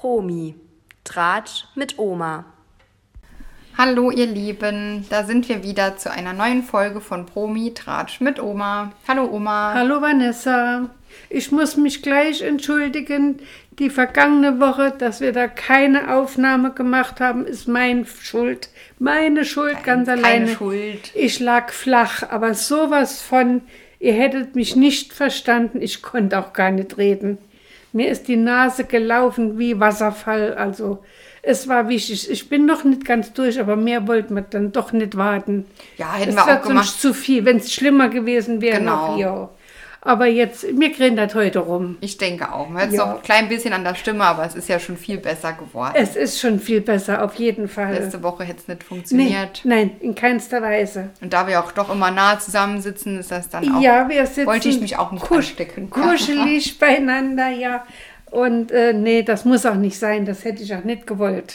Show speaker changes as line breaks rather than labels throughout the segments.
Omi. Tratsch mit Oma.
Hallo ihr Lieben, da sind wir wieder zu einer neuen Folge von Promi Tratsch mit Oma. Hallo Oma.
Hallo Vanessa. Ich muss mich gleich entschuldigen. Die vergangene Woche, dass wir da keine Aufnahme gemacht haben, ist meine Schuld. Meine Schuld ganz
keine
alleine.
Schuld.
Ich lag flach, aber sowas von, ihr hättet mich nicht verstanden. Ich konnte auch gar nicht reden. Mir ist die Nase gelaufen wie Wasserfall. Also es war wichtig. Ich bin noch nicht ganz durch, aber mehr wollten wir dann doch nicht warten.
Ja, hätten
es
wir auch
wird sonst
gemacht.
zu viel, wenn es schlimmer gewesen wäre.
Genau.
Noch, ja. Aber jetzt, mir grillen das heute rum.
Ich denke auch. Man hört
Ja.
noch ein klein bisschen an der Stimme, aber es ist ja schon viel besser geworden.
Es ist schon viel besser, auf jeden Fall.
Letzte Woche hätte es nicht
Nee,
funktioniert.
nein, in keinster Weise.
Und da wir auch doch immer nahe zusammensitzen, ist das dann auch.
ja, wir sitzen
wollte ich mich auch nicht
kusch
anstecken.
kuschelig beieinander, ja. Und äh, nee, das muss auch nicht sein, das hätte ich auch nicht gewollt.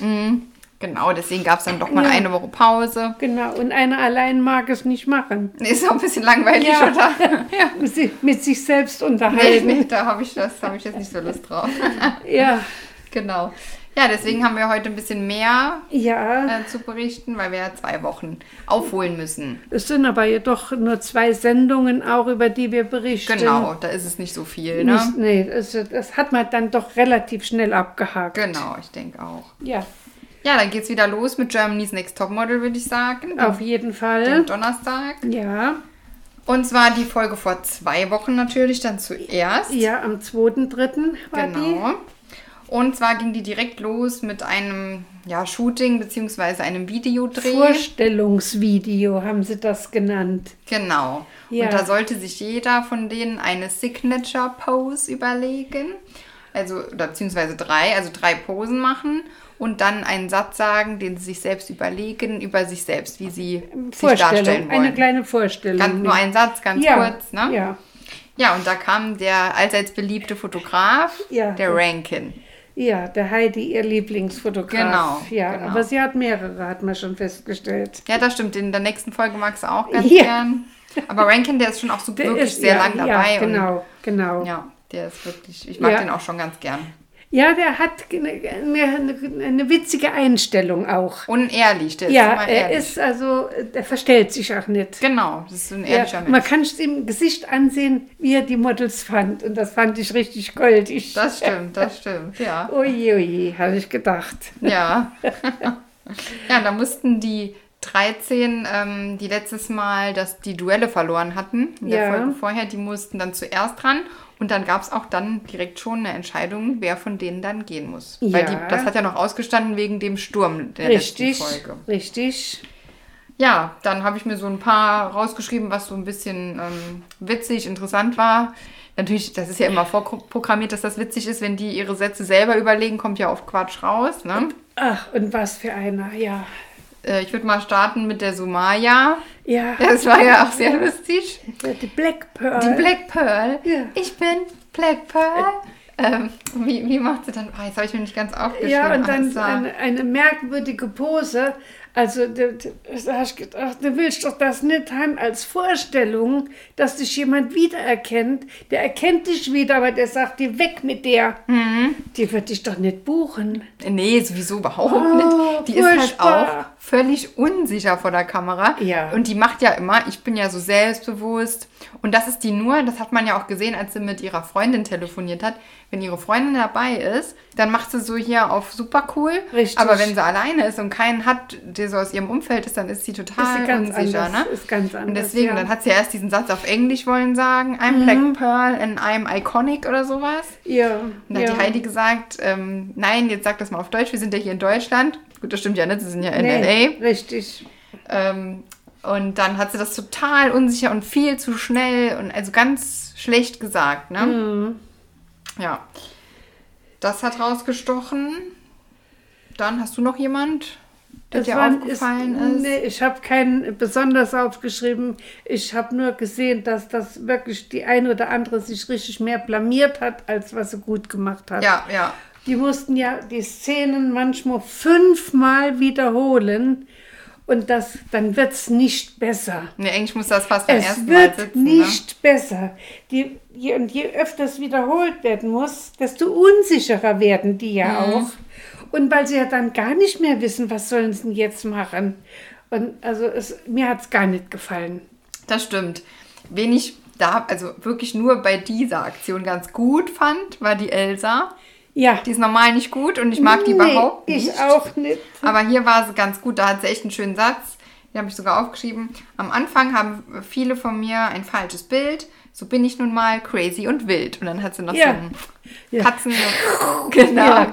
Genau, deswegen gab es dann doch mal
Ja.
eine Woche Pause.
Genau, und einer allein mag es nicht machen.
Ist auch ein bisschen langweilig,
Ja.
oder? ja.
Mit si- Mit sich selbst
Nee,
unterhalten.
nee, da habe ich, das- da hab ich jetzt nicht so Lust drauf.
Ja,
genau. Ja, deswegen haben wir heute ein bisschen mehr
ja.
äh, zu berichten, weil wir ja zwei Wochen aufholen müssen.
Es sind aber jedoch nur zwei Sendungen auch, über die wir berichten.
Genau, da ist es nicht so viel, ne?
Nicht, nee, es, das hat man dann doch relativ schnell abgehakt.
Genau, ich denke auch.
Ja,
Ja, dann geht's wieder los mit Germany's Next Topmodel, würde ich sagen.
auf jeden Fall.
Den Donnerstag.
Ja,
Und zwar die Folge vor zwei Wochen natürlich, dann zuerst.
ja, am 2.3. war die.
Genau. Und zwar ging die direkt los mit einem ja, Shooting bzw. einem Videodreh.
Vorstellungsvideo haben sie das genannt.
Genau.
Ja.
Und da sollte sich jeder von denen eine Signature Pose überlegen. Also, oder beziehungsweise drei, also drei Posen machen und dann einen Satz sagen, den sie sich selbst überlegen, über sich selbst, wie sie sich darstellen
Vorstellung,
wollen.
eine kleine Vorstellung.
ganz, nur einen Satz, ganz
ja,
kurz, ne?
Ja,
Ja, und da kam der allseits beliebte Fotograf,
Ja.
der Rankin.
ja, der Heidi, ihr Lieblingsfotograf.
Genau,
Ja,
genau.
aber sie hat mehrere, hat man schon festgestellt.
Ja, das stimmt. In der nächsten Folge magst du auch ganz
Ja.
gern. Aber Rankin, der ist schon auch so
Der
wirklich
ist-
sehr
ja,
lang dabei.
Ja, genau, genau.
Und, ja, der ist wirklich, ich mag
Ja.
den auch schon ganz gern.
Ja, der hat eine, eine, eine witzige Einstellung auch.
Unehrlich, der ist
ja,
immer
er
ehrlich.
ist also, der verstellt sich auch nicht.
genau, das ist so ein
Ja,
ehrlicher
man
Mensch.
kann es im Gesicht ansehen, wie er die Models fand. Und das fand ich richtig goldig.
Das stimmt, das stimmt, ja.
Oje, oje, habe ich gedacht.
Ja. ja, da mussten die 13, ähm, die letztes Mal das, die Duelle verloren hatten, in der
Ja.
Folge vorher, die mussten dann zuerst ran. Und dann gab es auch dann direkt schon eine Entscheidung, wer von denen dann gehen muss. Weil
Ja.
die, das hat ja noch ausgestanden wegen dem Sturm der
Richtig,
letzten Folge.
richtig.
Ja, dann habe ich mir so ein paar rausgeschrieben, was so ein bisschen ähm, witzig, interessant war. Natürlich, das ist ja immer vorprogrammiert, dass das witzig ist. Wenn die ihre Sätze selber überlegen, kommt ja oft Quatsch raus. Ne?
Ach, und was für einer, ja.
Äh, ich würde mal starten mit der Somaya.
Ja,
Das war ja auch sehr lustig.
die Black Pearl.
Die Black Pearl.
Ja. Äh.
Ich bin Black Pearl. Ähm, wie, wie macht sie dann? Ah, jetzt habe ich mir nicht ganz aufgeschrieben.
Ja, und
Ah,
dann
das war-
eine, eine merkwürdige Pose. Also, da da hab ich gedacht, du willst doch das nicht haben als Vorstellung, dass dich jemand wiedererkennt. Der erkennt dich wieder, aber der sagt dir, weg mit der.
Mhm.
Die wird dich doch nicht buchen.
Nee, sowieso überhaupt nicht. Die ist halt auch
Ah, furchtbar.
völlig unsicher vor der Kamera.
Ja.
Und die macht ja immer, ich bin ja so selbstbewusst. Und das ist die nur, das hat man ja auch gesehen, als sie mit ihrer Freundin telefoniert hat. Wenn ihre Freundin dabei ist, dann macht sie so hier auf super cool.
Richtig.
Aber wenn sie alleine ist und keinen hat, der so aus ihrem Umfeld ist, dann ist sie total
Ist sie ganz
unsicher.
anders,
Ne?
ist ganz
Und
anders,
deswegen,
ja. Mhm.
dann hat sie erst diesen Satz auf Englisch wollen sagen, I'm Black Pearl and I'm Iconic oder sowas.
Ja.
Und dann
ja.
hat die Heidi gesagt, ähm, nein, jetzt sag das mal auf Deutsch, wir sind ja hier in Deutschland. Gut, das stimmt ja nicht, sie sind ja in
nee, Richtig.
L.A. Ähm, und dann hat sie das total unsicher und viel zu schnell und also ganz schlecht gesagt, ne?
Mhm.
Ja. Das hat rausgestochen. Dann hast du noch jemand, der dir
waren-
aufgefallen ist?
Nee, ich habe keinen besonders aufgeschrieben. Ich habe nur gesehen, dass das wirklich die eine oder andere sich richtig mehr blamiert hat, als was sie gut gemacht hat.
Ja, ja.
Die mussten ja die Szenen manchmal fünfmal wiederholen. Und das, dann wird es nicht besser.
Nee, eigentlich muss das fast beim
Es
ersten Mal ne?
wird
sitzen.
nicht besser. Die, je, und je öfter es wiederholt werden muss, desto unsicherer werden die ja
Mhm.
auch. Und weil sie ja dann gar nicht mehr wissen, was sollen sie denn jetzt machen. Und also es, mir hat es gar nicht gefallen.
Ne? Das stimmt. Wen ich da, also wirklich nur bei dieser Aktion ganz gut fand, war die Elsa.
Ja.
Die ist normal nicht gut und ich mag die
Nee,
überhaupt nicht.
Ich auch nicht.
Aber hier war sie ganz gut, da hat sie echt einen schönen Satz. Den habe ich sogar aufgeschrieben. Am Anfang haben viele von mir ein falsches Bild. So bin ich nun mal crazy und wild. Und dann hat sie noch
Ja.
so einen
Ja.
Katzen. Genau,
ja,
genau,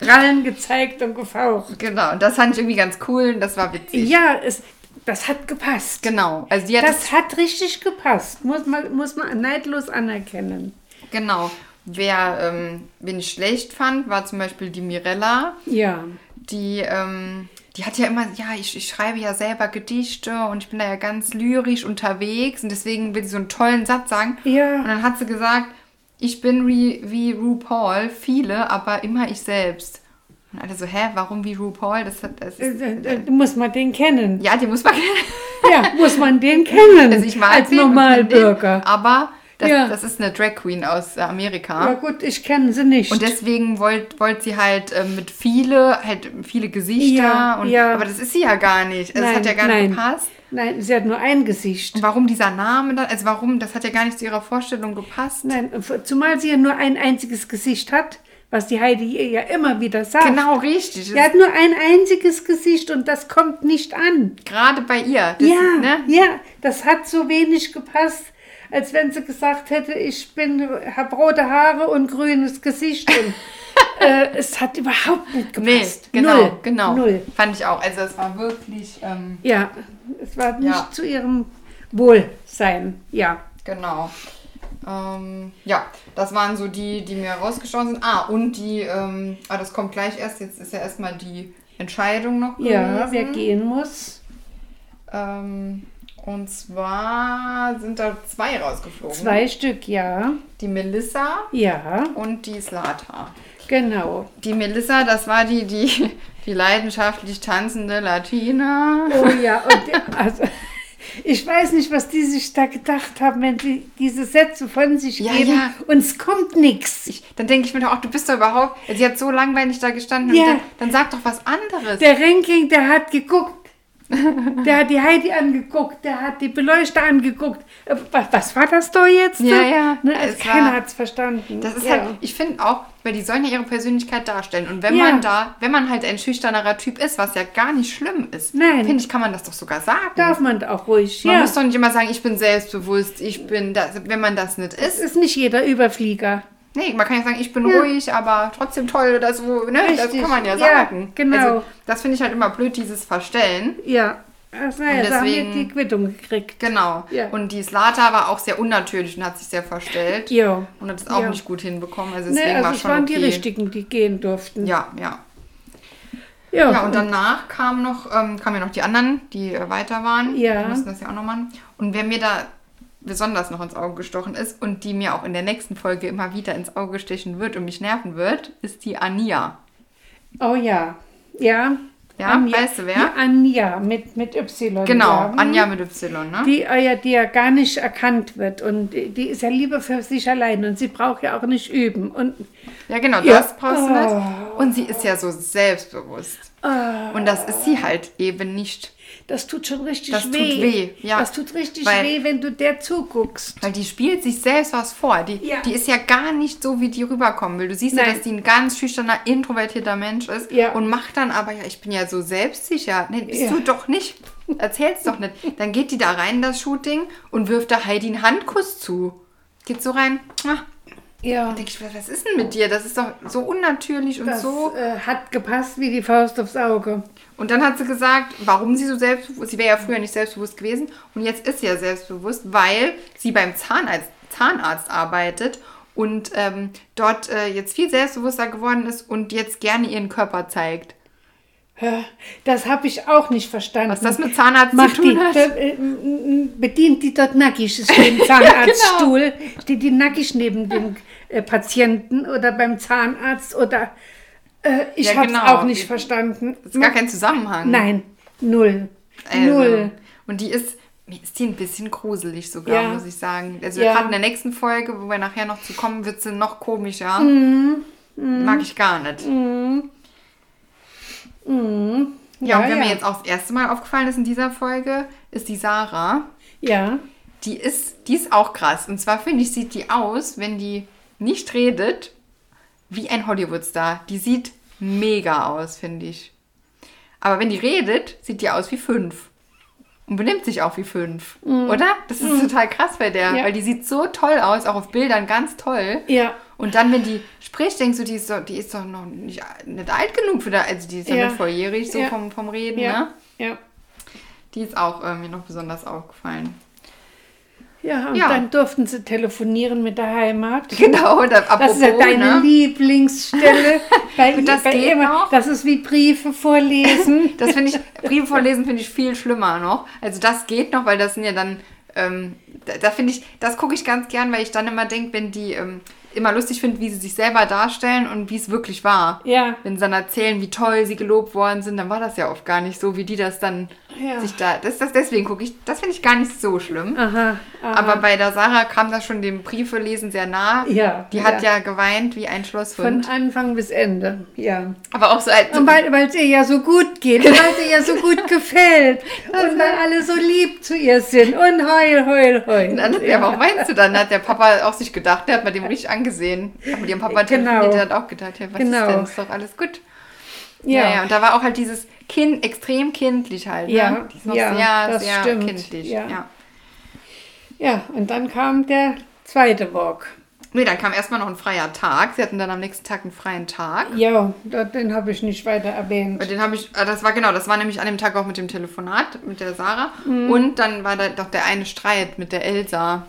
genau. Rallen gezeigt und gefaucht.
genau. Und das fand ich irgendwie ganz cool und das war witzig.
Ja, es, das hat gepasst.
Genau. Also die hat das,
Das hat richtig gepasst. Muss man, muss man neidlos anerkennen.
genau. Wer, ähm, wen ich schlecht fand, war zum Beispiel die Mirella.
Ja.
die, ähm, die hat ja immer, ja, ich, ich schreibe ja selber Gedichte und ich bin da ja ganz lyrisch unterwegs und deswegen will sie so einen tollen Satz sagen.
Ja.
Und dann hat sie gesagt, ich bin wie, wie RuPaul, viele, aber immer ich selbst. Und alle so, hä, warum wie RuPaul? Das hat, das
Äh,
ist,
äh, äh, Muss man den kennen.
ja, die muss man
Ja, muss man den kennen.
Also ich mag
als
sie und
Normalbürger.
aber das,
Ja.
das ist eine Drag Queen aus Amerika.
Aber gut, ich kenne sie nicht.
Und deswegen wollte wollt sie halt ähm, mit viele, halt viele Gesichter.
Ja,
und,
ja.
Aber das ist sie ja gar nicht. Also das hat ja gar nicht
nein.
gepasst.
Nein, sie hat nur ein Gesicht.
Und warum dieser Name dann? Also warum? Das hat ja gar nicht zu ihrer Vorstellung gepasst.
Nein, zumal sie ja nur ein einziges Gesicht hat, was die Heidi ihr ja immer wieder sagt.
Genau richtig. Das
Sie hat nur ein einziges Gesicht und das kommt nicht an.
ist Gerade bei ihr. Das,
ja,
Ne?
ja, das hat so wenig gepasst, als wenn sie gesagt hätte, ich bin, habe rote Haare und grünes Gesicht. Und, äh, es hat überhaupt nicht
Nee,
gepasst.
genau,
Null,
genau.
Null.
Fand ich auch. Also es war wirklich, ähm,
Ja, es war nicht
Ja.
zu ihrem Wohlsein. Ja,
genau. Ähm, ja, das waren so die, die mir rausgeschossen sind. Ah, und die, ähm, ah, das kommt gleich erst. Jetzt ist ja erstmal die Entscheidung noch.
ja,
gewesen.
wer gehen muss.
Ähm, und zwar sind da zwei rausgeflogen.
Zwei Stück, ja.
Die Melissa
Ja,
und die Slata.
genau.
Die Melissa, das war die, die, die leidenschaftlich tanzende Latina.
Oh ja, und die, also, ich weiß nicht, was die sich da gedacht haben, wenn die diese Sätze von sich
Ja,
geben
ja.
und es kommt nichts.
Ich, dann denke ich mir doch auch, du bist doch überhaupt. Sie hat so langweilig da gestanden.
Ja.
Und dann, dann sag doch was anderes.
Der Ranking, der hat geguckt. Der hat die Heidi angeguckt, der hat die Beleuchter angeguckt. Äh, Was, was war das da jetzt?
Ja, ja,
Ne, also
es war-
keiner hat es verstanden.
das ist
ja.
halt, ich finde auch, weil die sollen ja ihre Persönlichkeit darstellen. Und wenn
Ja.
man da, wenn man halt ein schüchternerer Typ ist, was ja gar nicht schlimm ist,
Nein.
finde ich, kann man das doch sogar sagen.
Darf man auch ruhig.
Man
ja.
muss doch nicht immer sagen, ich bin selbstbewusst, ich bin das, wenn man das nicht ist.
Es ist nicht jeder Überflieger.
Nee, man kann ja sagen, ich bin
Ja.
ruhig, aber trotzdem toll oder so, ne? Das
Richtig.
kann man ja
Ja,
sagen.
genau.
Also, das finde ich halt immer blöd, dieses Verstellen.
Ja. Also, naja,
Und
da haben wir
deswegen-
die Quittung gekriegt.
Genau.
Ja.
Und die Slata war auch sehr unnatürlich und hat sich sehr verstellt.
Ja.
Und hat es auch
Ja.
nicht gut hinbekommen. Also deswegen
Ne, also
war
es
schon
waren
okay.
die richtigen, die gehen durften.
Ja, ja.
Ja,
Ja, und danach kam noch, ähm, kamen ja noch die anderen, die äh, weiter waren.
Ja.
Die mussten das ja auch noch machen. Und wer mir da besonders noch ins Auge gestochen ist und die mir auch in der nächsten Folge immer wieder ins Auge stechen wird und mich nerven wird, ist die Ania.
Oh ja. Ja.
Ja, weißt du wer?
Die Anja mit, mit Y.
Genau,
ja.
Anja mit Y, ne?
Die, äh, ja, die ja gar nicht erkannt wird. Und die die ist ja lieber für sich allein. Und sie braucht ja auch nicht üben. Und
Ja, genau,
Ja. Ah.
das brauchst du nicht. Und sie ist ja so selbstbewusst. Und das ist sie halt eben nicht.
das tut schon richtig
Das tut
weh.
weh, ja.
Das tut richtig
Weil-
weh, wenn du der zuguckst.
Weil die spielt sich selbst was vor. Die,
Ja.
die ist ja gar nicht so, wie die rüberkommen will. Du siehst ja,
Nein.
dass die ein ganz schüchterner, introvertierter Mensch ist
Ja.
und macht dann aber, ja, ich bin ja so selbstsicher. Nee, bist
Ja.
du doch nicht. Erzähl's doch nicht. Dann geht die da rein in das Shooting und wirft da Heidi einen Handkuss zu. Geht so rein. Ah,
Ja.
denke ich, mir, was ist denn mit dir? Das ist doch so unnatürlich und
Das
so.
äh, hat gepasst wie die Faust aufs Auge.
Und dann hat sie gesagt, warum sie so selbstbewusst, sie wäre ja früher nicht selbstbewusst gewesen und jetzt ist sie ja selbstbewusst, weil sie beim Zahnarzt, Zahnarzt arbeitet und ähm, dort äh, jetzt viel selbstbewusster geworden ist und jetzt gerne ihren Körper zeigt.
Hä? Das habe ich auch nicht verstanden.
Was das mit Zahnarzt
Macht
zu tun
die,
hat?
da, äh, m- m- bedient die dort nackig. Es steht im
genau.
Zahnarztstuhl, steht die nackig neben dem äh, Patienten oder beim Zahnarzt oder äh, ich
Ja,
habe es
genau.
auch nicht verstanden.
Das ist gar kein Zusammenhang.
Nein, null.
Also,
Null.
Und die ist, mir ist die ein bisschen gruselig sogar,
Ja.
muss ich sagen. Also
Ja.
gerade in der nächsten Folge, wo wir nachher noch zu kommen, wird sie noch komischer.
Mhm.
Mag ich gar nicht. Ja, und
Mhm. Ja,
wer mir
ja.
jetzt auch das erste Mal aufgefallen ist in dieser Folge, ist die Sarah.
Ja.
Die ist, die ist auch krass. Und zwar finde ich, sieht die aus, wenn die nicht redet, wie ein Hollywood-Star. Die sieht mega aus, finde ich. Aber wenn die redet, sieht die aus wie fünf. Und benimmt sich auch wie fünf. Oder? Das ist total krass bei der,
Mhm. Ja.
weil die sieht so toll aus, auch auf Bildern ganz toll.
Ja.
Und dann, wenn die spricht, denkst du, die ist doch, die ist doch noch nicht, nicht alt genug für da, also die ist ja,
Ja.
nicht volljährig so
Ja.
vom, vom Reden, ne?
Ja. Ja.
Die ist auch äh, mir noch besonders aufgefallen.
Ja, und
Ja.
dann durften sie telefonieren mit der Heimat.
Genau, und dann, apropos,
Das ist ja deine
ne?
Lieblingsstelle. Bei,
Und das
bei
geht
Emma.
noch?
Das ist wie Briefe vorlesen.
Das finde ich, Briefe vorlesen finde ich viel schlimmer noch. Also das geht noch, weil das sind ja dann, ähm, da, da finde ich, das gucke ich ganz gern, weil ich dann immer denke, wenn die ähm, immer lustig finden, wie sie sich selber darstellen und wie es wirklich war.
Ja.
Wenn sie dann erzählen, wie toll sie gelobt worden sind, dann war das ja oft gar nicht so, wie die das dann
Ja.
sich da. Das, das, deswegen gucke ich, das finde ich gar nicht so schlimm.
Aha, aha.
Aber bei der Sarah kam das schon dem Briefelesen sehr nah.
Ja,
Die hat
ja.
ja geweint wie ein Schlosshund.
Von Anfang bis Ende, ja.
aber auch so ein.
Und weil weil es ihr ja so gut geht, und weil es ihr ja so gut gefällt und weil alle so lieb zu ihr sind und heul, heul, heul.
Dann, ja. warum meinst du dann? Hat der Papa auch sich gedacht, der hat bei dem richtig angesehen. Hat mit ihrem Papa
Genau.
telefoniert, der hat auch gedacht, ja, was ist
Genau.
denn? Ist doch alles gut. Ja.
Ja.
ja, und da war auch halt dieses Kind extrem kindlich halt. Ne?
Ja,
Die ist noch
ja,
sehr,
das
sehr
stimmt.
kindlich. Ja.
Ja. Ja, und dann kam der zweite Walk.
Nee, dann kam erstmal noch ein freier Tag. Sie hatten dann am nächsten Tag einen freien Tag.
Ja, da- den habe ich nicht weiter erwähnt.
Und den habe ich, ah, das war genau, das war nämlich an dem Tag auch mit dem Telefonat mit der Sarah.
Mhm.
Und dann war da doch der eine Streit mit der Elsa.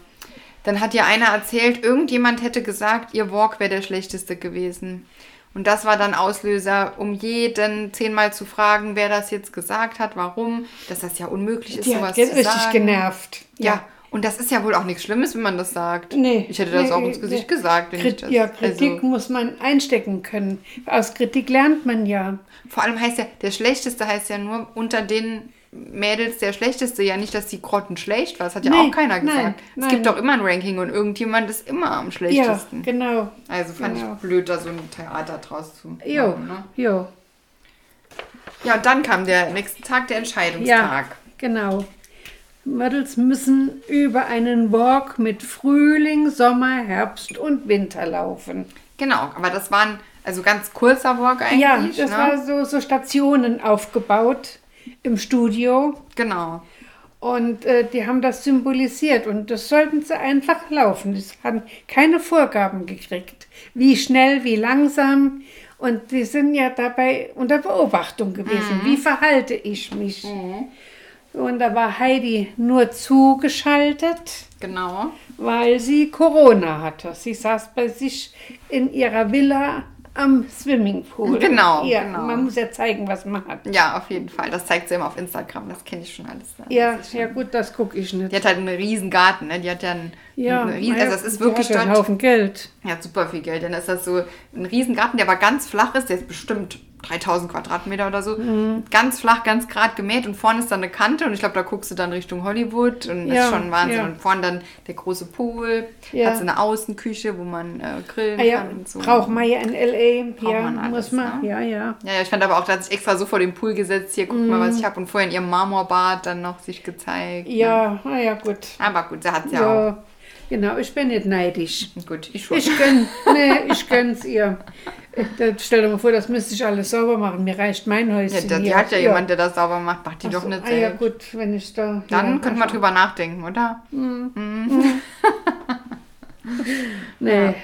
Dann hat ihr einer erzählt, irgendjemand hätte gesagt, ihr Walk wäre der schlechteste gewesen. Und das war dann Auslöser, um jeden zehnmal zu fragen, wer das jetzt gesagt hat, warum, dass das ja unmöglich ist,
Die
sowas
hat
zu
ge- richtig
sagen.
genervt.
Ja. und das ist ja wohl auch nichts Schlimmes, wenn man das sagt.
Nee.
Ich hätte das
Nee,
auch ins Gesicht
nee.
gesagt, wenn ich
Krit
das.
ja, Kritik
also-
muss man einstecken können. Aus Kritik lernt man ja.
Vor allem heißt ja, der Schlechteste heißt ja nur unter den Mädels der Schlechteste. Ja nicht, dass die Grotten schlecht war. Das hat ja
Nee,
auch keiner
nein,
gesagt. es
nein.
gibt doch immer ein Ranking und irgendjemand ist immer am
Ja,
schlechtesten.
genau.
also fand
genau.
ich blöd, da so ein Theater draus zu machen.
Jo,
Ne?
jo.
Ja, und dann kam der nächste Tag, der Entscheidungstag.
Ja, genau. Models müssen über einen Walk mit Frühling, Sommer, Herbst und Winter laufen.
Genau, aber das war ein also ganz kurzer Walk
Ja,
eigentlich.
das
ne?
war so, so Stationen aufgebaut im Studio
genau.
und äh, die haben das symbolisiert und das sollten sie einfach laufen. Sie haben keine Vorgaben gekriegt, wie schnell, wie langsam und die sind ja dabei unter Beobachtung gewesen. Wie verhalte ich mich? Und da war Heidi nur zugeschaltet.
Genau.
weil sie Corona hatte. Sie saß bei sich in ihrer Villa am Swimmingpool.
Genau,
ja,
genau.
Man muss ja zeigen, was man hat.
Ja, auf jeden Fall. Das zeigt sie immer auf Instagram. Das kenne ich schon alles. Ne?
Ja, ja gut, das gucke ich nicht.
Die hat halt einen riesen Garten, ne? Die hat ja einen,
ja,
einen riesen,
ja,
also das ist
die
wirklich
hat ja einen
dort
Haufen Geld.
Ja, super viel Geld. Dann ist das so ein Riesengarten, der aber ganz flach ist. Der ist bestimmt 3000 Quadratmeter oder so.
Mhm.
Ganz flach, ganz gerade gemäht. Und vorne ist dann eine Kante. Und ich glaube, da guckst du dann Richtung Hollywood. Und das
Ja,
ist schon Wahnsinn.
ja.
Und vorne dann der große Pool.
Ja.
Hat so eine Außenküche, wo man äh, grillen
Ah, ja,
kann und so.
braucht man ja in L.A. ja,
man alles,
muss man.
ne?
Ja, ja.
ja, ja, ich fand aber auch, da hat sich extra so vor den Pool gesetzt. Hier, guck mal, was ich habe. Und vorher in ihrem Marmorbad dann noch sich gezeigt.
Mhm.
ne?
Ja, ah, ja, gut.
Aber gut, sie hat ja, ja
Ja, genau, ich bin nicht neidisch.
auch. Gut, ich schon.
Ich gönn, nee, ich gönn's ihr. Da, stell dir mal vor, das müsste ich alles sauber machen. Mir reicht mein
ja,
Häuschen.
da, die
hier.
hat ja, jemand, der das sauber macht. Macht die
Ach
doch
so,
nicht
ah, ja,
selbst.
gut, wenn ich da.
Dann
ja,
könnten wir drüber nachdenken, oder?
Nee.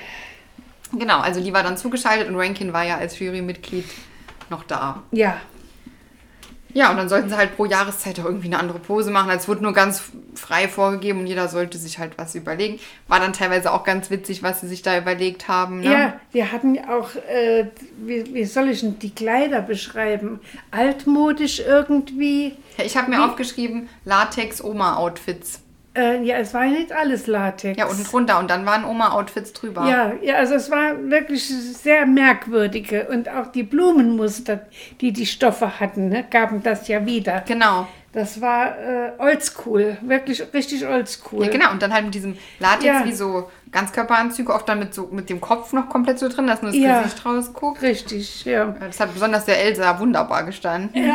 Genau, also die war dann zugeschaltet und Rankin war ja als Jurymitglied noch da.
Ja.
Ja, und dann sollten sie halt pro Jahreszeit auch irgendwie eine andere Pose machen. Also Es wurde nur ganz frei vorgegeben und jeder sollte sich halt was überlegen. War dann teilweise auch ganz witzig, was sie sich da überlegt haben.
ja.
Ne?
wir hatten ja auch, äh, wie, wie soll ich denn die Kleider beschreiben? Altmodisch irgendwie.
Ja, Ich habe mir aufgeschrieben, Latex-Oma-Outfits.
Äh, ja, es war ja nicht alles Latex.
Ja, unten drunter. Und dann waren Oma-Outfits drüber.
Ja, ja, also es war wirklich sehr merkwürdige und auch die Blumenmuster, die die Stoffe hatten, ne, gaben das ja wieder.
Genau.
Das war äh, oldschool, wirklich richtig oldschool.
Ja, genau. Und dann halt mit diesem Latex
Ja.
wie so Ganzkörperanzüge, oft dann mit, so, mit dem Kopf noch komplett so drin, dass nur das
Ja.
Gesicht rausguckt.
Richtig, ja.
Das hat besonders der Elsa wunderbar gestanden.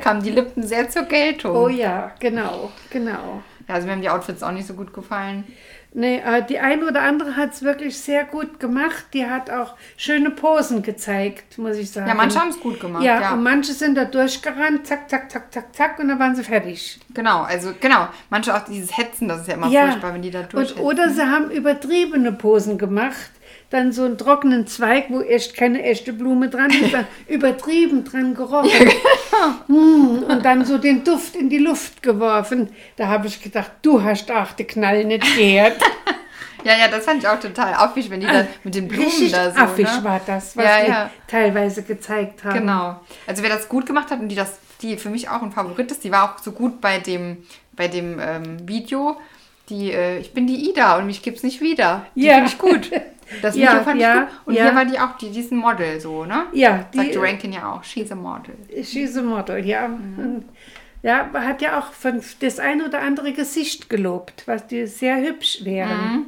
Kamen die Lippen sehr zur Geltung.
Oh ja, genau, genau.
Ja, also mir haben die Outfits auch nicht so gut gefallen.
Nee, äh, die eine oder andere hat es wirklich sehr gut gemacht. Die hat auch schöne Posen gezeigt, muss ich sagen.
Ja, manche haben es gut gemacht.
Ja,
Ja,
und manche sind da durchgerannt, zack, zack, zack, zack, zack, und dann waren sie fertig.
genau. Also genau. Manche auch dieses Hetzen, das ist ja immer
ja.
furchtbar, wenn die da durch.
und, Oder sie haben übertriebene Posen gemacht, dann so einen trockenen Zweig, wo echt keine echte Blume dran ist, dann übertrieben dran gerochen.
genau.
Hm, und dann so den Duft in die Luft geworfen. Da habe ich gedacht, du hast auch die Knall nicht gehört.
ja, ja, das fand ich auch total affig, wenn die da mit den Blumen
Richtig
da so.
affig
ne?
war das, was
Ja,
die
ja.
teilweise gezeigt haben.
Genau. Also wer das gut gemacht hat und die das, die für mich auch ein Favorit ist, die war auch so gut bei dem, bei dem ähm, Video. Die, äh, ich bin die Ida und mich gibt's nicht wieder. Die
Ja.
finde ich gut. Das Video
Ja,
fand
ja,
ich gut. Und
ja.
hier war die auch, die, die ist ein Model so, ne?
Ja, die-
Sagt Rankin ja auch, she's a model.
She's a model, ja. Und, ja, man hat ja auch von das ein oder andere Gesicht gelobt, was die sehr hübsch wären.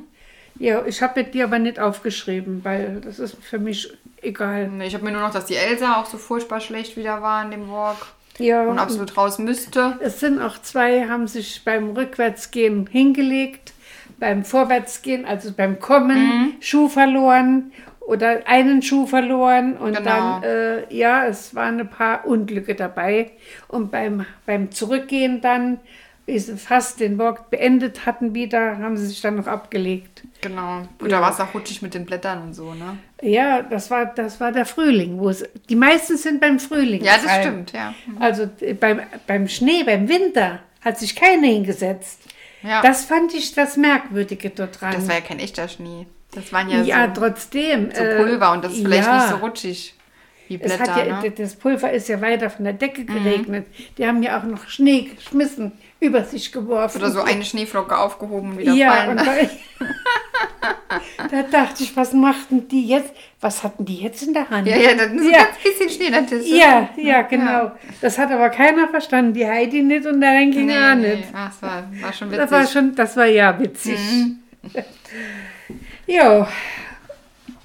Ja, ich habe die aber nicht aufgeschrieben, weil das ist für mich egal.
Ich habe mir nur noch, dass die Elsa auch so furchtbar schlecht wieder war in dem Walk
Ja,
und absolut raus müsste.
es sind auch zwei, haben sich beim Rückwärtsgehen hingelegt, beim Vorwärtsgehen, also beim
Mhm.
Kommen, Schuh verloren oder einen Schuh verloren und
Genau.
dann, äh, ja, es waren ein paar Unglücke dabei und beim, beim Zurückgehen dann, wie sie fast den Walk beendet hatten wieder, haben sie sich dann noch abgelegt.
Genau. Und da war es auch rutschig mit den Blättern und so, ne?
Ja, das war, das war der Frühling, wo es, die meisten sind beim Frühling.
Ja, das
gefallen.
stimmt, ja.
Also äh, beim, beim Schnee, beim Winter hat sich keiner hingesetzt.
Ja.
Das fand ich das Merkwürdige dort dran.
Das war ja kein echter Schnee. Das waren ja,
ja,
so.
trotzdem. äh,
so Pulver und das ist vielleicht
ja.
nicht so rutschig wie
Es
Blätter.
hat ja,
ne? Mhm.
Das Pulver ist ja weiter von der Decke geregnet. Die haben ja auch noch Schnee geschmissen, über sich geworfen.
Oder so eine Schneeflocke aufgehoben und wieder
ja,
fallen.
und
lassen.
da, da dachte ich, was machten die jetzt? Was hatten die jetzt in der Hand?
Ja, ja, das ist
Ja.
ein ganz bisschen Schnee. Das ist
Ja, ja, genau. Das hat aber keiner verstanden. Die Heidi nicht und der Ranking
Nee,
auch
nee.
nicht.
Ach, das war, war schon witzig.
Das war schon, das war ja witzig. Mhm. jo.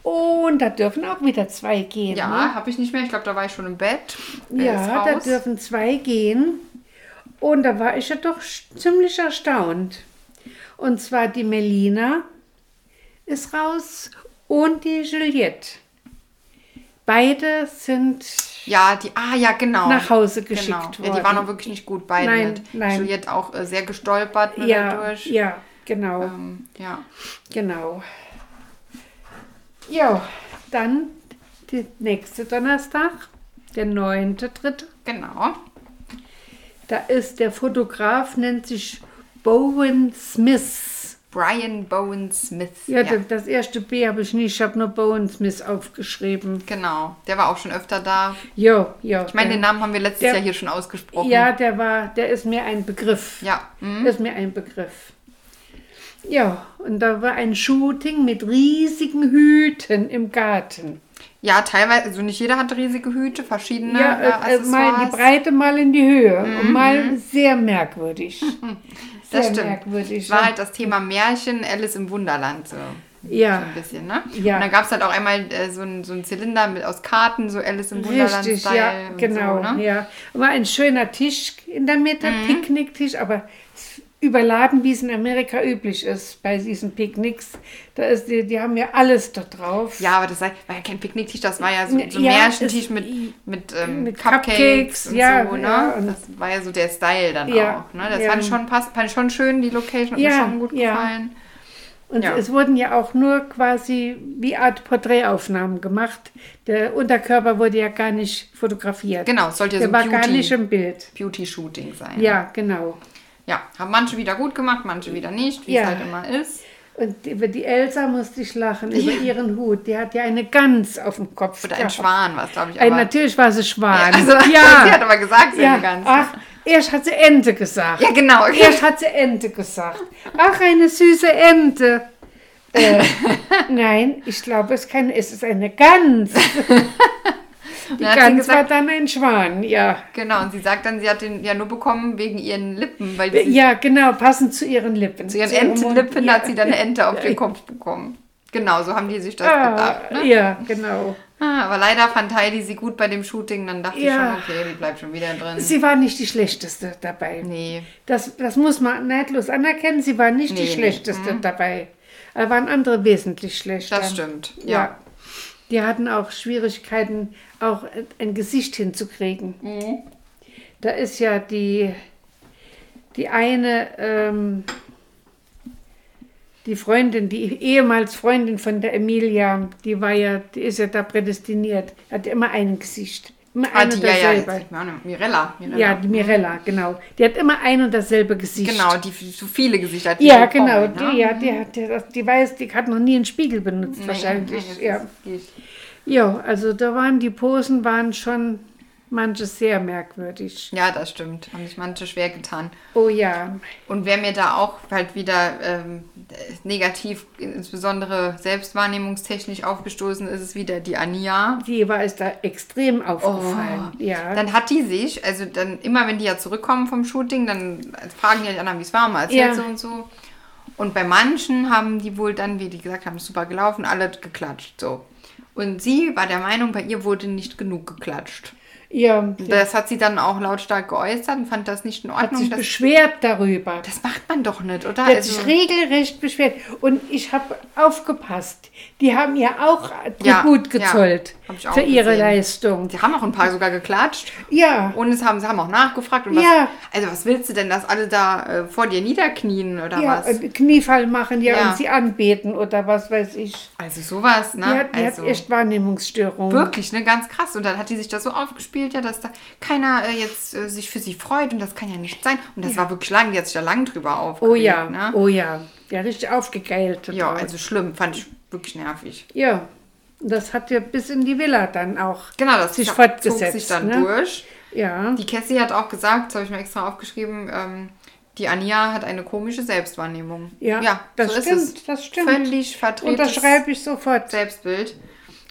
Und da dürfen auch wieder zwei gehen.
ja, habe ich nicht mehr. Ich glaube, da war ich schon im Bett.
ne?
Wer ist
ja da
raus?
dürfen zwei gehen. Und da war ich ja doch sch- ziemlich erstaunt. Und zwar die Melina ist raus und die Juliette. Beide sind
Ja, die, ah ja, genau.
nach Hause
Genau.
geschickt worden.
Ja, die waren auch wirklich nicht gut beide.
Nein,
nicht.
nein.
Juliette auch äh, sehr gestolpert ne,
ja,
dadurch.
ja, genau.
Ähm, ja.
Genau. Jo, dann der nächste Donnerstag, der 9.3.
Genau.
Da ist der Fotograf, nennt sich Bowen Smith.
Brian Bowen Smith.
Ja, Das, das erste B habe ich nicht, ich habe nur Bowen Smith aufgeschrieben.
Genau. Der war auch schon öfter da.
Jo, jo.
Ich meine, den Namen haben wir letztes
Der-
Jahr hier schon ausgesprochen.
Ja, der war, der ist mir ein Begriff.
Ja. Mhm.
Ist mir ein Begriff. Ja, und da war ein Shooting mit riesigen Hüten im Garten.
Ja, teilweise, also nicht jeder hat riesige Hüte, verschiedene
Ja,
äh,
äh, äh, mal in die
Accessoires. Mhm.
Breite, mal in die Höhe. Und mal sehr merkwürdig. Sehr
das stimmt.
merkwürdig.
War
ja.
halt das Thema Märchen, Alice im Wunderland so.
Ja.
So ein bisschen, ne?
Ja.
Und dann gab es halt auch einmal äh, so einen so einen Zylinder mit, aus Karten, so Alice im
Richtig,
Wunderland-Style.
ja,
und
genau.
So, ne? Mhm.
ja. War ein schöner Tisch in der Mitte, Picknicktisch, aber überladen, wie es in Amerika üblich ist bei diesen Picknicks. Da ist die, die haben ja alles da drauf.
Ja, aber das war war ja kein Picknicktisch, das war ja so, so ein
Ne, Ja, es-
Märchentisch mit, mit, ähm,
mit
Cupcakes,
Cupcakes,
und
ja,
so, ne?
ja, und-
das war ja so der Style dann
Ja,
auch, ne? Das
ja.
fand ich schon passt, fand ich schon schön, die Location hat
Ja,
mir schon gut
ja.
gefallen.
Und
Ja.
es wurden ja auch nur quasi wie Art Porträtaufnahmen gemacht. Der Unterkörper wurde ja gar nicht fotografiert.
Genau, es sollte ja so
Der
ein
war gar
Beauty-
nicht im Bild.
Beauty-Shooting sein.
Ja, genau.
Ja, haben manche wieder gut gemacht, manche wieder nicht, wie
Ja.
es halt immer ist.
Und über die Elsa musste ich lachen, über ihren Hut. Die hat ja eine Gans auf dem Kopf.
Oder ein
gehabt.
Schwan war es, glaube ich.
Ein,
aber-
natürlich war sie Schwan.
Also,
ja.
sie hat aber gesagt, sie
ja.
eine Gans.
Ach, erst hat sie Ente gesagt.
Ja, genau.
Erst hat sie Ente gesagt. Ach, eine süße Ente. Äh, nein, ich glaube, es, kann, es ist eine Gans.
Und
Die
dann hat sie
Gans war
gesagt,
dann ein Schwan, ja.
genau, und sie sagt dann, sie hat den ja nur bekommen wegen ihren Lippen, weil sie
Ja, genau, passend zu ihren Lippen.
zu ihren
Mund.
Entenlippen
ja.
hat sie dann eine Ente auf den Kopf bekommen. Genau, so haben die sich das gedacht.
ah,
Ne?
Ja, genau.
Ah, aber leider fand Heidi sie gut bei dem Shooting, dann dachte
Ja.
ich schon, okay, die bleibt schon wieder drin.
Sie war nicht die Schlechteste dabei.
nee,
Das, das muss man neidlos anerkennen. Sie war nicht
Nee,
die
nee.
Schlechteste dabei. Da waren andere wesentlich schlechter.
das stimmt.
Ja.
Ja.
Die hatten auch Schwierigkeiten, auch ein Gesicht hinzukriegen.
Mhm.
Da ist ja die, die eine, ähm, die Freundin, die ehemals Freundin von der Emilia, die war ja, die ist ja da prädestiniert, hat immer ein Gesicht. Immer
Ah,
ein
die,
und
ja, ja, jetzt
dasselbe.
fällt mir auch noch- ne, Mirella. Mirella.
Ja, die Mirella, genau. Die hat immer ein und dasselbe Gesicht.
Genau, die f- so viele Gesichter hat die
Ja,
bekommen,
genau.
ne?
Die, ja, die, hat, die, die weiß, die hat noch nie einen Spiegel benutzt,
Nee,
wahrscheinlich.
nee,
ja.
das ist- geht.
ja, also da waren die Posen waren schon manche sehr merkwürdig.
Ja, das stimmt. Haben sich manche schwer getan.
Oh ja,
Und wer mir da auch halt wieder ähm, negativ, insbesondere selbstwahrnehmungstechnisch aufgestoßen ist, ist wieder die Ania.
die war ist da extrem aufgefallen. ja.
Oh, Dann hat die sich, also dann immer, wenn die ja zurückkommen vom Shooting, dann fragen die die anderen, wie es war, mal erzählt
Ja.
so und so. Und bei manchen haben die wohl dann, wie die gesagt haben, super gelaufen, alle geklatscht, so. Und sie war der Meinung, bei ihr wurde nicht genug geklatscht.
ja,
Das hat sie dann auch lautstark geäußert und fand das nicht in
hat
Ordnung.
sich
Das, Also
beschwert darüber.
das macht man doch nicht, oder?
Die hat sich regelrecht beschwert. Und ich habe aufgepasst. Die haben ihr auch
Ja,
Tribut
ja.
gezollt
Hab ich auch
für ihre
gesehen.
Leistung.
sie haben auch ein paar sogar geklatscht.
Ja.
Und es haben, sie haben auch nachgefragt. Und was,
Ja.
Also was willst du denn, dass alle da äh, vor dir niederknien oder
Ja,
was?
äh, Kniefall machen, ja,
Ja.
und sie anbeten oder was weiß ich.
Also sowas, ne?
Die hat, die
also
hat echt Wahrnehmungsstörungen.
wirklich, ne? Ganz krass. Und dann hat die sich das so aufgespielt, ja, dass da keiner äh, jetzt äh, sich für sie freut und das kann ja nicht sein. Und das war wirklich lang, die hat sich da lang drüber aufgeregt.
Oh ja,
Ne?
oh ja. Ja, richtig aufgegeilt.
Ja,
drauf.
also schlimm, fand ich wirklich nervig.
ja. Und Das hat ja bis in die Villa dann auch
Genau, das
sich
zog-
fortgesetzt.
zog sich dann
ne?
durch.
Ja,
Die Cassie hat auch gesagt, das habe ich mir extra aufgeschrieben, ähm, die Anja hat eine komische Selbstwahrnehmung.
ja, das
so
stimmt,
ist es.
das stimmt.
Völlig verdrehtes
Unterschreibe ich sofort.
Selbstbild.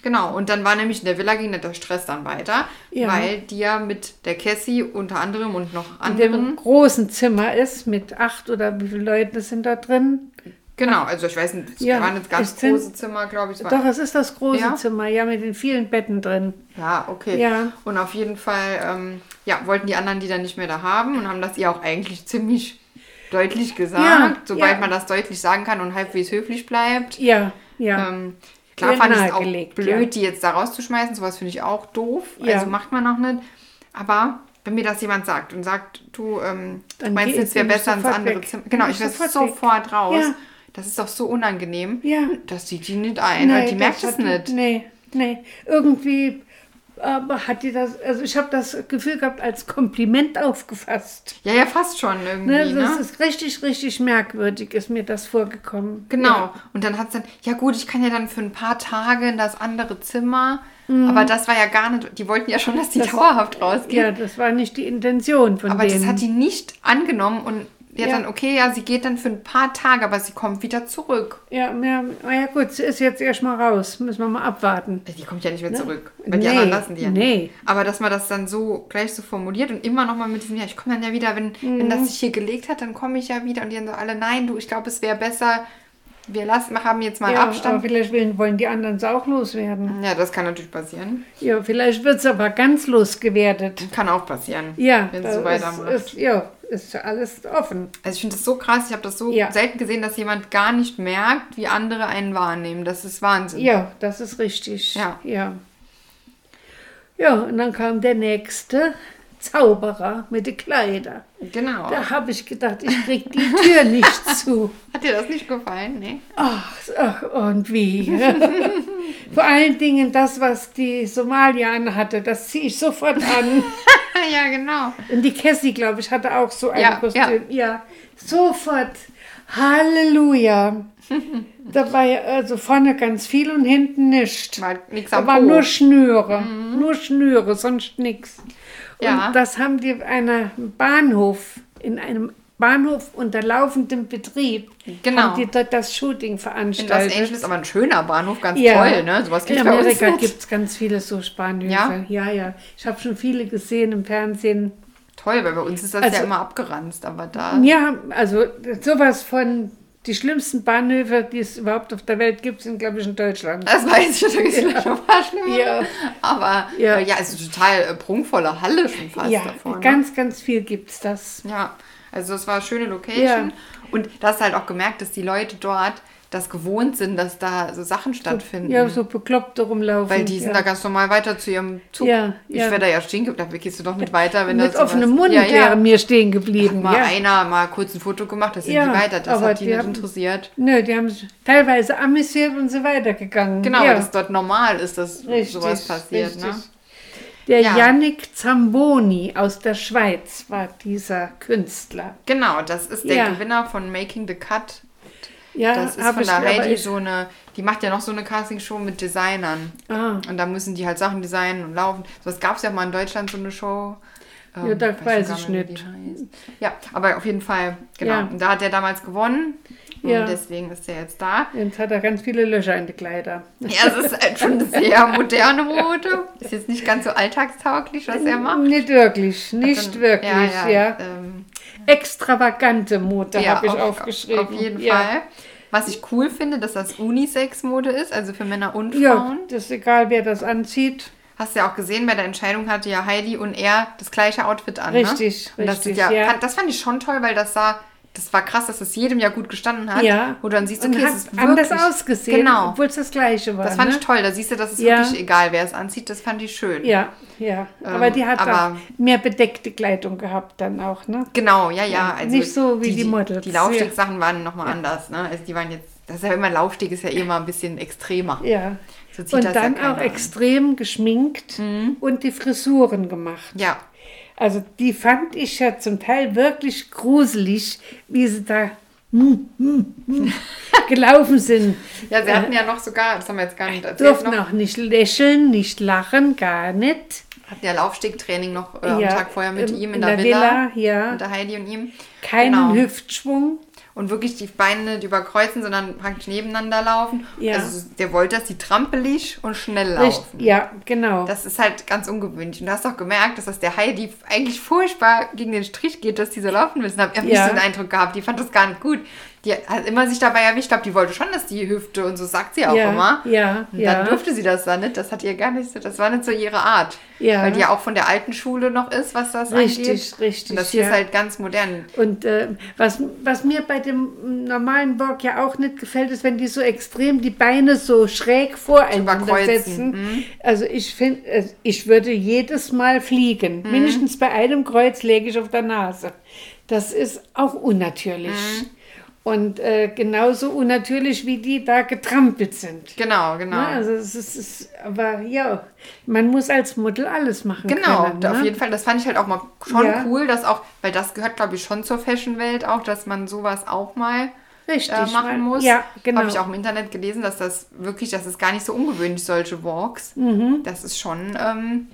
Genau, und dann war nämlich in der Villa ging der Stress dann weiter,
Ja.
weil die ja mit der Cassie unter anderem und noch
In dem
anderen.
großen Zimmer ist, mit acht oder wie viele Leute sind da drin?
Genau, also ich weiß nicht, es
Ja,
waren jetzt ganz
es sind-
große Zimmer, glaube ich. es war-
Doch, es ist das große
Ja.
Zimmer, ja, mit den vielen Betten drin.
Ja, okay.
Ja.
Und auf jeden Fall, ähm, ja, wollten die anderen die dann nicht mehr da haben und haben das ihr auch eigentlich ziemlich deutlich gesagt,
Ja,
sobald
ja.
man das deutlich sagen kann und halbwegs höflich bleibt.
Ja, ja.
Ähm, klar
Ihr
fand ich es auch
nahegelegt,
blöd,
ja.
die jetzt da rauszuschmeißen. Sowas finde ich auch doof.
Ja.
Also macht man auch nicht. Aber wenn mir das jemand sagt und sagt, du ähm,
Dann
meinst
geh-
jetzt, wäre
bin ich
besser ins
sofort
andere
weg.
Zimmer. Genau,
Bin
ich
ich
wäre
sofort
sofort,
weg.
raus.
Ja.
Das ist doch so unangenehm.
Ja.
Das sieht die nicht ein. weil die
das
merkt
hat
es
die-
nicht.
Nee, nee. Irgendwie aber hat die das, also ich habe das Gefühl gehabt, als Kompliment aufgefasst.
Ja, ja, fast schon irgendwie.
Ne?
Ne,
das ist richtig, richtig merkwürdig, ist mir das vorgekommen.
Genau. Und dann hat es dann, ja gut, ich kann ja dann für ein paar Tage in das andere Zimmer. Aber das war ja gar nicht, die wollten ja schon, dass die dauerhaft rausgeht.
Mhm. Ja, das war nicht die Intention von
aber
denen.
das hat die nicht angenommen und ja,
Ja.
dann, okay, ja, sie geht dann für ein paar Tage, aber sie kommt wieder zurück.
ja, ja, ja, gut, sie ist jetzt erstmal raus. Müssen wir mal abwarten.
Die kommt ja nicht mehr zurück. Weil die
Nee,
anderen lassen die ja
nee.
nicht. Aber dass man das dann so gleich so formuliert und immer nochmal mit diesem, ja, ich komme dann ja wieder, wenn, wenn das sich hier gelegt hat, dann komme ich ja wieder. Und die dann so alle, nein, du, ich glaube, es wäre besser, wir lassen, haben jetzt mal
Ja, aber
Abstand.
vielleicht wollen, wollen die anderen es auch loswerden.
Ja, das kann natürlich passieren.
Ja, vielleicht wird es aber ganz losgewertet.
Kann auch passieren.
Ja,
wenn sie
da
so weitermacht.
ist, ist, ja, ist alles offen.
Also ich finde das so krass, ich habe das so
Ja.
selten gesehen, dass jemand gar nicht merkt, wie andere einen wahrnehmen. Das ist Wahnsinn.
Ja, das ist richtig.
Hm. Ja.
ja. Ja, und dann kam der nächste Zauberer mit den Kleidern.
Genau.
Da habe ich gedacht, ich krieg die Tür nicht zu.
Hat dir das nicht gefallen? Nee.
Ach, ach und wie. Vor allen Dingen das, was die Somalia anhatte, das ziehe ich sofort an.
ja, genau.
Und die Cassie, glaube ich, hatte auch so ein
Ja,
Kostüm. Ja. sofort. Halleluja. da war ja also vorne ganz viel und hinten nichts.
War nix
da
am
war
Po. Mhm.
nur Schnüre, nur Schnüre, sonst nichts.
Ja.
Und das haben die in einem Bahnhof, in einem Bahnhof unter laufendem Betrieb
Genau.
haben die dort das Shooting
In Los
veranstaltet.
Angeles, aber ein schöner Bahnhof, ganz
Ja.
toll, ne? Sowas gibt's
In
bei uns
Amerika
nicht.
gibt es ganz viele so Spanhöfe.
Ja?
Ja, ja. Ich habe schon viele gesehen im Fernsehen.
Toll, weil bei uns ist das ja
Also-
immer abgeranzt, aber da.
Ja, also sowas von die schlimmsten Bahnhöfe, die es überhaupt auf der Welt gibt, sind, glaube ich, in Deutschland.
Das weiß ich natürlich ja. schon mal schlimmer.
Ja.
Aber ja,
Ja.
ja es ist total äh, prunkvolle Halle schon fast
ja,
davor. Ne?
ganz, ganz viel gibt es das.
Ja, also es war eine schöne Location.
Ja.
Und da hast du halt auch gemerkt, dass die Leute dort das gewohnt sind, dass da so Sachen stattfinden.
Ja, so Bekloppte rumlaufen.
Mhm. Weil die sind
ja.
da ganz normal weiter zu ihrem Zug.
Ja,
ich
ja.
werde da ja stehen geblieben, da gehst du doch nicht weiter, wenn
Mit
da sowas-
offenem Mund
ja,
wäre
ja.
mir stehen geblieben.
Mal
Ja.
einer mal kurz ein Foto gemacht, das sind
Ja,
die weiter, das
aber
hat die,
die
nicht
haben-
interessiert.
Nö, die haben sich teilweise amüsiert und so weitergegangen.
Genau,
ja.
weil das dort normal ist, dass sowas passiert.
richtig.
Ne?
Der
Ja.
Yannick Zamboni aus der Schweiz war dieser Künstler.
Genau, das ist der
Ja.
Gewinner von Making the Cut.
Ja,
Das ist
hab
von
ich
der
mir aber
Heidi
echt-
so eine, die macht ja noch so eine Castingshow mit Designern.
Ah.
Und da müssen die halt Sachen designen und laufen. So was gab es ja mal in Deutschland, so eine Show. Ähm,
Ja, da weiß
schon gar
ich
mehr, wie
nicht.
die heißt. Ja, aber auf jeden Fall, genau.
Ja.
Und da hat der damals gewonnen.
Ja.
Und deswegen ist er jetzt da.
Jetzt hat er ganz viele Löcher in die Kleider.
Ja, es ist halt schon eine sehr moderne Mode. Ist jetzt nicht ganz so alltagstauglich, was er macht.
Nicht wirklich, nicht
Dann-
wirklich, ja.
Ähm,
Extravagante Mode
ja,
habe ich
auf,
aufgeschrieben.
Auf jeden
ja.
Fall. Was ich cool finde, dass das Unisex-Mode ist, also für Männer und
Ja,
Frauen.
das ist egal, wer das anzieht.
Hast du ja auch gesehen, bei der Entscheidung hatte ja Heidi und er das gleiche Outfit an.
Richtig,
ne? und das
richtig,
sieht ja,
ja.
Fand, das fand ich schon toll, weil das sah, das war krass, dass es jedem ja gut gestanden hat.
Ja.
Wo du dann siehst,
und
okay,
hat
es ist wirklich,
anders ausgesehen,
Genau.
obwohl es das Gleiche war.
Das fand
ne?
ich toll. Da siehst du, dass es
Ja.
wirklich egal, wer es anzieht. Das fand ich schön.
Ja, ja. aber die hat
Ähm, aber-
auch mehr bedeckte Kleidung gehabt dann auch, ne?
Genau, ja, ja. Also
nicht so wie die Models,
Die
ja.
Laufstegsachen waren nochmal anders. Ne? Also die waren jetzt, das ist ja immer, Laufsteg ist ja immer ein bisschen extremer.
Ja.
So zieht
und
das ja
dann
keiner
auch
an. Mhm.
extrem geschminkt und die Frisuren gemacht.
Ja,
Also die fand ich ja zum Teil wirklich gruselig, wie sie da hm, hm, hm, gelaufen sind.
Ja, sie hatten ja noch sogar, das haben Äh, wir jetzt gar nicht erzählt,
Durften
noch,
auch nicht lächeln, nicht lachen, gar nicht.
hatten ja Laufstegtraining noch äh, am
Ja,
Tag vorher mit
im-
ihm in, der, Villa.
ja.
Mit der Heidi und ihm.
Keinen
Genau.
Hüftschwung.
Und wirklich die Beine nicht überkreuzen, sondern praktisch nebeneinander laufen.
Ja.
Also der wollte, dass die trampelig und schnell
Richt-
laufen.
Ja, genau.
Das ist halt ganz ungewöhnlich. Und du hast auch gemerkt, dass das der Heidi eigentlich furchtbar gegen den Strich geht, dass die so laufen müssen. Hab ich habe
Ja.
nicht so den Eindruck gehabt. Die fand das gar nicht gut. Die hat immer sich dabei erwischt. Ich glaube, die wollte schon, dass die Hüfte und so sagt sie auch
Ja,
immer.
ja,
Und
ja.
dann durfte sie das dann nicht. Das hat ihr gar nicht so, das war nicht so ihre Art.
Ja.
Weil die ja auch von der alten Schule noch ist, was das
Richtig,
angeht.
richtig,
Und das hier
ja.
ist halt ganz modern.
Und äh, was, was mir bei dem normalen Borg ja auch nicht gefällt, ist, wenn die so extrem die Beine so schräg voreinander
Überkreuzen, mhm.
setzen. Also ich finde, äh, ich würde jedes Mal fliegen.
Mhm.
Mindestens bei einem Kreuz lege ich auf der Nase. Das ist auch unnatürlich.
Mhm.
Und äh, genauso unnatürlich, wie die da getrampelt sind.
Genau, genau.
Ne? Also es ist, es ist, aber ja, man muss als Model alles machen
Genau,
können.
da
ne?
auf jeden Fall. Das fand ich halt auch mal schon
Ja.
cool, dass auch, weil das gehört, glaube ich, schon zur Fashion-Welt auch, dass man sowas auch mal
Richtig,
äh, machen
weil-
muss.
ja, genau.
Habe ich auch im Internet gelesen, dass das wirklich, dass es gar nicht so ungewöhnlich solche Walks.
Mhm.
Das ist schon ähm,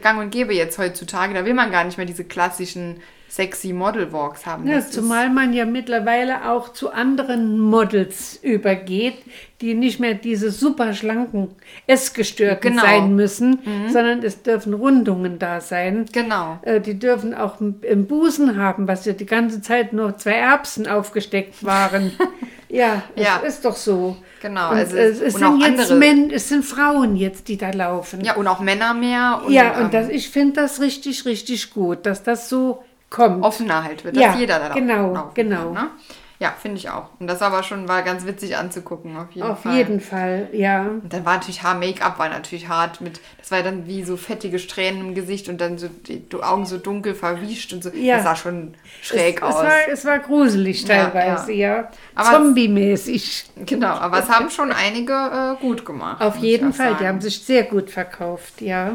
gang und gäbe jetzt heutzutage. Da will man gar nicht mehr diese klassischen sexy Model-Walks haben.
Ja,
Das ist-
zumal man ja mittlerweile auch zu anderen Models übergeht, die nicht mehr diese super schlanken Essgestörten
Genau.
sein müssen, sondern es dürfen Rundungen da sein.
Genau.
Äh, Die dürfen auch im- im Busen haben, was ja die ganze Zeit nur zwei Erbsen aufgesteckt waren. ja, es
Ja.
ist doch so.
Genau,
Und,
also
äh,
es-
es,
und auch
sind jetzt
andere-
Men es sind Frauen jetzt, die da laufen.
Ja, und auch Männer mehr. Und,
Ja, und
ähm,
das, ich finde das richtig, richtig gut, dass das so kommt.
offener halt wird, dass
Ja,
jeder da
genau,
laufen Kann,
genau.
ne? Ja, finde ich auch. Und das war aber schon war ganz witzig anzugucken, auf jeden
Auf
Fall.
jeden Fall, ja.
Und dann war natürlich Haar, Make-up war natürlich hart mit, das war ja dann wie so fettige Strähnen im Gesicht und dann so die die Augen so dunkel verwischt und so.
Ja.
Das sah schon schräg
es,
aus.
Es war, es war gruselig
Ja,
teilweise,
ja.
ja.
Aber
Zombie-mäßig.
genau, aber es haben schon einige äh, gut gemacht.
Auf
muss
jeden
ich auch
Fall,
sagen.
die haben sich sehr gut verkauft, ja.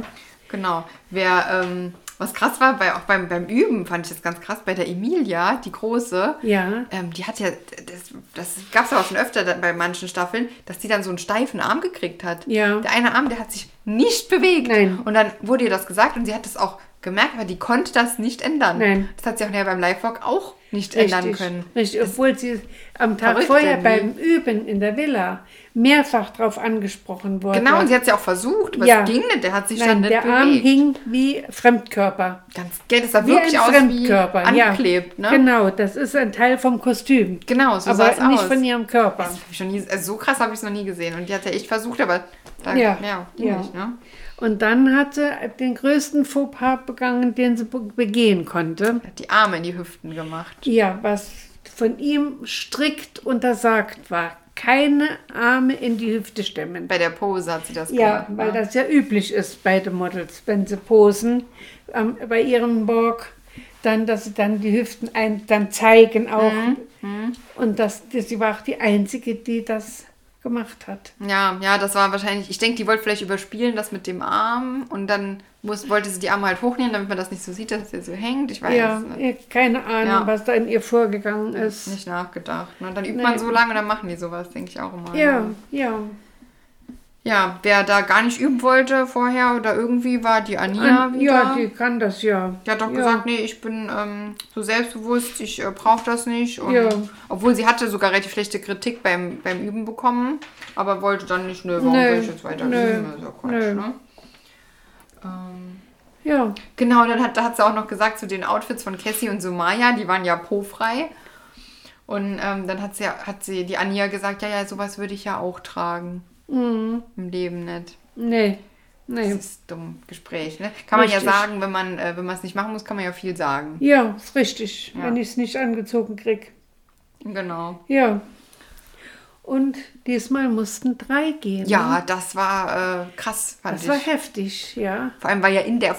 Genau. Wer, ähm, was krass war, bei, auch beim, beim Üben fand ich das ganz krass, bei der Emilia, die Große,
Ja.
ähm, die hat ja, das, das gab es aber schon öfter da- bei manchen Staffeln, dass die dann so einen steifen Arm gekriegt hat.
Ja.
Der eine Arm, der hat sich nicht bewegt.
Nein.
Und dann wurde ihr das gesagt und sie hat das auch gemerkt, aber die konnte das nicht ändern.
Nein.
Das hat sie auch nachher beim Live-Vlog auch nicht ändern
Richtig,
können. ne?
Richtig, obwohl sie am Tag
verrückt
vorher
irgendwie.
beim Üben in der Villa mehrfach darauf angesprochen wurde.
Genau, und sie hat es ja auch versucht, aber
Ja.
es ging nicht, der hat sich dann
Nein,
nicht
der
bewegt.
Arm hing wie Fremdkörper.
Ganz, gell, das sah
Wie
wirklich
ein
aus wie
Fremdkörper.
angeklebt,
ja.
ne?
Genau, das ist ein Teil vom Kostüm.
Genau, so
aber
sah es aus.
nicht von ihrem Körper.
Das hab ich schon nie, also so krass habe ich es noch nie gesehen. Und die hat ja echt versucht, aber da, ja,
Ja,
ging
ja.
nicht, ne?
Und dann hat sie den größten Fauxpas begangen, den sie be- begehen konnte.
Hat die Arme in die Hüften gemacht.
Ja, was von ihm strikt untersagt war. Keine Arme in die Hüfte stemmen.
Bei der Pose hat sie das
Ja,
gemacht.
weil
ne?
das ja üblich ist bei den Models, wenn sie posen ähm, bei ihrem Walk, dann, dass sie dann die Hüften ein, dann zeigen auch.
Mhm,
Und das, das, sie war auch die Einzige, die das gemacht hat.
ja, ja, das war wahrscheinlich, ich denke, die wollte vielleicht überspielen, das mit dem Arm. Und dann muss, wollte sie die Arme halt hochnehmen, damit man das nicht so sieht, dass sie so hängt. Ich weiß
ja,
ne?
ihr- keine Ahnung,
Ja.
was da in ihr vorgegangen ist.
nicht nachgedacht. Ne? Dann übt man
Nee.
so lange, dann machen die sowas, denke ich auch immer. ne?
Ja, ja.
Ja, wer da gar nicht üben wollte vorher oder irgendwie, war die Anja
An-
wieder.
ja, die kann das ja.
Die hat doch
ja.
gesagt, nee, ich bin ähm, so selbstbewusst, ich äh, brauche das nicht. Und
Ja.
Obwohl sie hatte sogar relativ schlechte Kritik beim, beim Üben bekommen, aber wollte dann nicht, nö, warum
Nö,
soll ich jetzt weiter
nö,
üben? Also Quatsch,
nö.
ne? Ähm,
Ja,
genau, dann hat, da hat sie auch noch gesagt zu den Outfits von Cassie und Sumaya, die waren ja po-frei. Und ähm, dann hat sie, hat sie die Anja gesagt, ja, ja, sowas würde ich ja auch tragen.
Mhm.
Im Leben nicht.
nee,
Das
nee.
ist dumm Gespräch, ne? Kann man
Richtig.
ja sagen, wenn man äh, wenn man es nicht machen muss, kann man ja viel sagen.
Ja, ist richtig,
Ja.
wenn ich es nicht angezogen kriege.
Genau.
Ja. Und diesmal mussten drei gehen.
Ja, das war äh, krass, fand
Mhm. Das
ich.
war heftig, ja.
Vor allem war ja in der.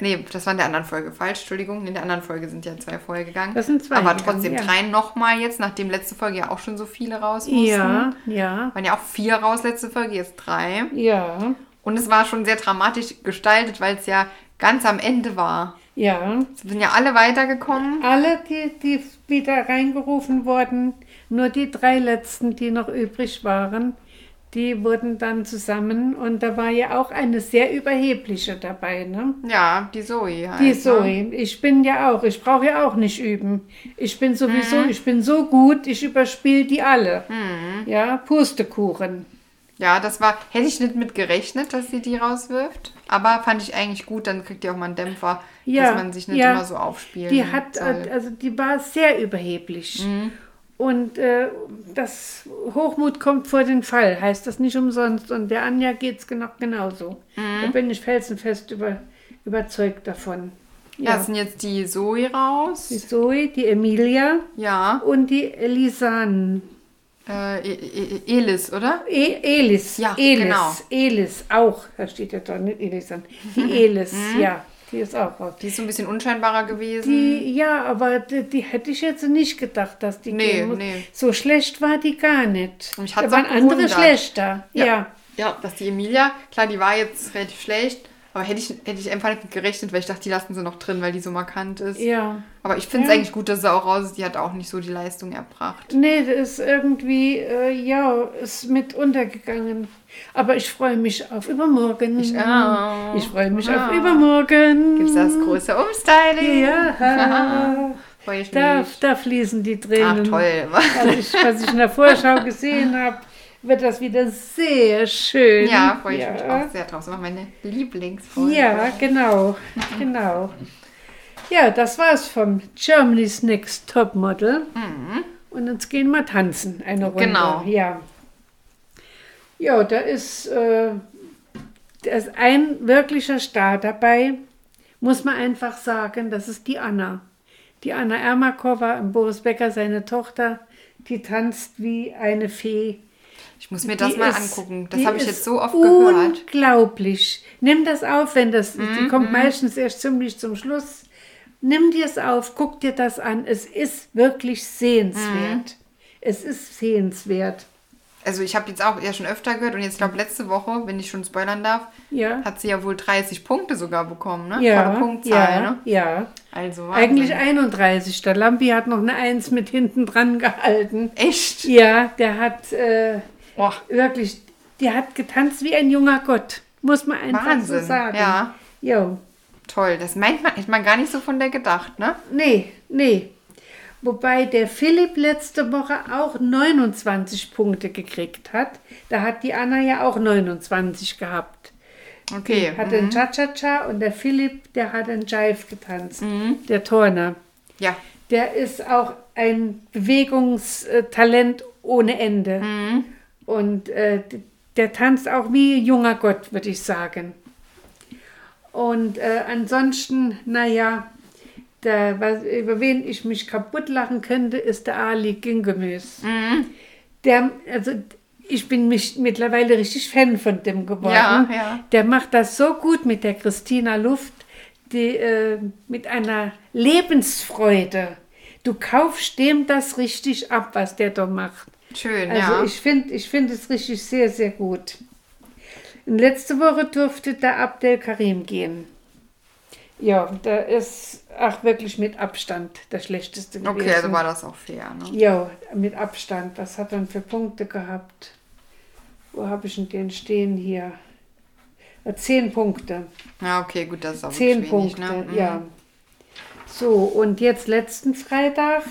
Nee, das war in der anderen Folge falsch, Entschuldigung. In der anderen Folge sind ja zwei vorgegangen.
Das sind zwei
Aber
gegangen,
trotzdem
ja.
drei nochmal jetzt, nachdem letzte Folge ja auch schon so viele raus mussten.
Ja, ja,
Waren ja auch vier raus letzte Folge, jetzt drei.
ja,
Und es war schon sehr dramatisch gestaltet, weil es ja ganz am Ende war.
ja.
Es sind ja alle weitergekommen.
Alle, die, die wieder reingerufen wurden, nur die drei letzten, die noch übrig waren, die wurden dann zusammen. Und da war ja auch eine sehr überhebliche dabei, ne?
Ja, die Zoe halt.
Die
ne?
Zoe, ich bin ja auch, ich brauche ja auch nicht üben. Ich bin sowieso, ich bin so gut, ich überspiele die alle. Ja, Pustekuchen.
Ja, das war, hätte ich nicht mit gerechnet, dass sie die rauswirft. Aber fand ich eigentlich gut, dann kriegt ihr auch mal einen Dämpfer,
Ja,
dass man sich nicht
ja.
immer so aufspielt.
Die hat, äh, also die war sehr überheblich. Und äh, das Hochmut kommt vor den Fall, heißt das nicht umsonst. Und der Anja geht es genau, genauso. Da bin ich felsenfest über, überzeugt davon.
ja,
Ja.
es sind jetzt die Zoe raus.
die Zoe, die Emilia
ja,
und die Elisan.
äh, E- E- Elis, oder?
E Elis.
Ja,
Elis.
genau. Mhm.
Elis auch. Da steht ja doch nicht Elisan. Die Elis, ja. Die ist auch raus.
Die ist so ein bisschen unscheinbarer gewesen.
Die, ja, aber die, die hätte ich jetzt nicht gedacht, dass die
Nee,
gehen muss.
nee.
So schlecht war die gar nicht.
Mich hat's
da waren
auch
andere
gewundert.
schlechter. Ja. ja.
ja, dass die Emilia, klar, die war jetzt relativ schlecht. Aber hätte ich, hätte ich einfach nicht mit gerechnet, weil ich dachte, die lassen sie noch drin, weil die so markant ist. Aber ich finde es
Ja.
eigentlich gut, dass sie auch raus ist. Die hat auch nicht so die Leistung erbracht.
Nee, das ist irgendwie, äh, ja, ist mit untergegangen. Aber ich freue mich auf übermorgen. Ich,
auch.
freue mich
Ah.
auf übermorgen.
Gibt's das große Umstyling?
Ja,
Freue ich
da,
mich.
da fließen die
Ach
Tränen.
toll.
Was Also ich, was ich in der Vorschau gesehen habe, wird das wieder sehr schön.
Ja, freue ich
Ja.
mich auch sehr drauf. Das war meine Lieblingsfolge.
Ja, genau, genau. Ja, das war's vom Germany's Next Topmodel. Und jetzt gehen wir tanzen eine Runde.
Mhm. Genau.
Ja. Ja, da ist, äh, da ist ein wirklicher Star dabei, muss man einfach sagen, das ist die Anna. Die Anna Ermakova, Boris Becker, seine Tochter, die tanzt wie eine Fee.
Ich muss mir das
Die
mal
ist-
angucken. Das
die
habe ich
ist
jetzt so oft gehört. Mhm,
Unglaublich. Nimm das auf, wenn das, die kommt meistens erst ziemlich zum Schluss. Nimm dir es auf, guck dir das an. Es ist wirklich sehenswert.
Mhm.
Es ist sehenswert.
Also ich habe jetzt auch ja schon öfter gehört und jetzt glaube letzte Woche, wenn ich schon spoilern darf,
Ja.
hat sie ja wohl 30 Punkte sogar bekommen, ne?
ja,
Volle Punktzahl,
ja,
ne?
ja.
Also Wahnsinn.
Eigentlich 31. Der Lampi hat noch eine 1 mit hinten dran gehalten.
echt.
Ja, der hat äh,
Oh,
wirklich, der hat getanzt wie ein junger Gott. Muss man einfach
Wahnsinn,
so sagen.
ja.
Jo.
toll. Das meint man, hätte man gar nicht so von der gedacht, ne?
Nee, nee. Wobei der Philipp letzte Woche auch 29 Punkte gekriegt hat. Da hat die Anna ja auch 29 gehabt.
Okay.
Hat den Cha-Cha-Cha und der Philipp, der hat den Jive getanzt. Der Turner.
Hm, Ja.
Der ist auch ein Bewegungstalent ohne Ende. Und äh, d- der tanzt auch wie junger Gott, würde ich sagen. Und äh, ansonsten, naja, der, was, über wen ich mich kaputt lachen könnte, ist der Ali Gingemüs.
Mhm.
Der, also ich bin mich mittlerweile richtig Fan von dem geworden.
Ja, ja.
Der macht das so gut mit der Christina Luft, die äh, mit einer Lebensfreude. Du kaufst dem das richtig ab, was der da macht.
Schön,
Also
ja.
ich finde ich find es richtig sehr, sehr gut. Und letzte Woche durfte der Abdel Karim gehen. Ja, der ist auch wirklich mit Abstand der schlechteste gewesen.
okay, also war das auch fair. Ne?
Ja, mit Abstand. Was hat er denn für Punkte gehabt? Wo habe ich denn den stehen hier? Äh, Zehn Punkte.
Ja, okay, gut, das ist auch
Zehn
wirklich wenig,
Punkte,
ne? Mhm.
ja. So, und jetzt letzten Freitag,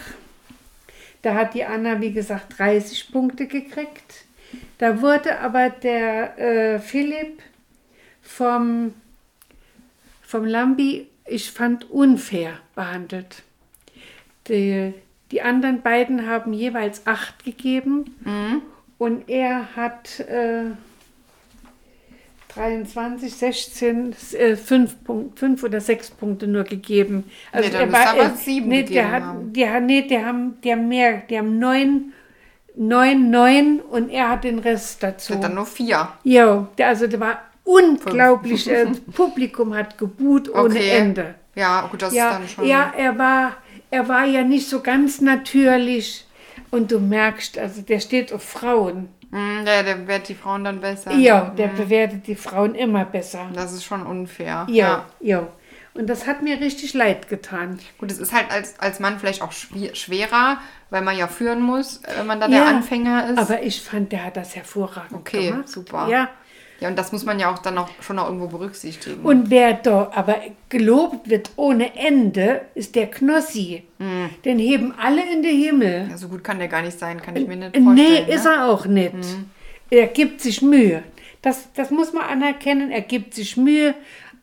da hat die Anna, wie gesagt, 30 Punkte gekriegt. Da wurde aber der äh, Philipp vom, vom Lambi, ich fand, unfair behandelt. Die, die anderen beiden haben jeweils acht gegeben
Mhm.
und er hat äh, 23, 16, äh, 5, Punkt, 5 oder 6 Punkte nur gegeben.
Nee, dann
er
müsste aber
äh,
sieben
nee,
gegeben
der hat,
haben.
Die, hat- nee, die haben, die haben mehr, die haben 9, 9, 9 und er hat den Rest dazu.
Sind dann nur vier.
Ja, der, also der war unglaublich, äh, das Publikum hat gebuht ohne
Okay.
Ende.
Ja, oh gut, das ist
Ja,
dann schon.
ja er, war, er war ja nicht so ganz natürlich und du merkst, also der steht auf Frauen.
Mhm, der, der wird die Frauen dann besser.
Ja, der bewertet die Frauen immer besser.
Das ist schon unfair.
Ja, ja. Und das hat mir richtig leid getan.
Gut, es ist halt als, als Mann vielleicht auch schwi- schwerer, weil man ja führen muss, äh, wenn man da
ja,
der Anfänger ist.
Aber ich fand, der hat das hervorragend
Okay,
gemacht.
super.
Ja.
ja, und das muss man ja auch dann auch schon auch irgendwo berücksichtigen.
Und wer da aber gelobt wird ohne Ende, ist der Knossi.
Hm.
Den heben alle in den Himmel.
ja, so gut kann der gar nicht sein, kann ich mir nicht vorstellen.
Nee, ist
ne?
er auch nicht. Er gibt sich Mühe. Das, das muss man anerkennen. Er gibt sich Mühe,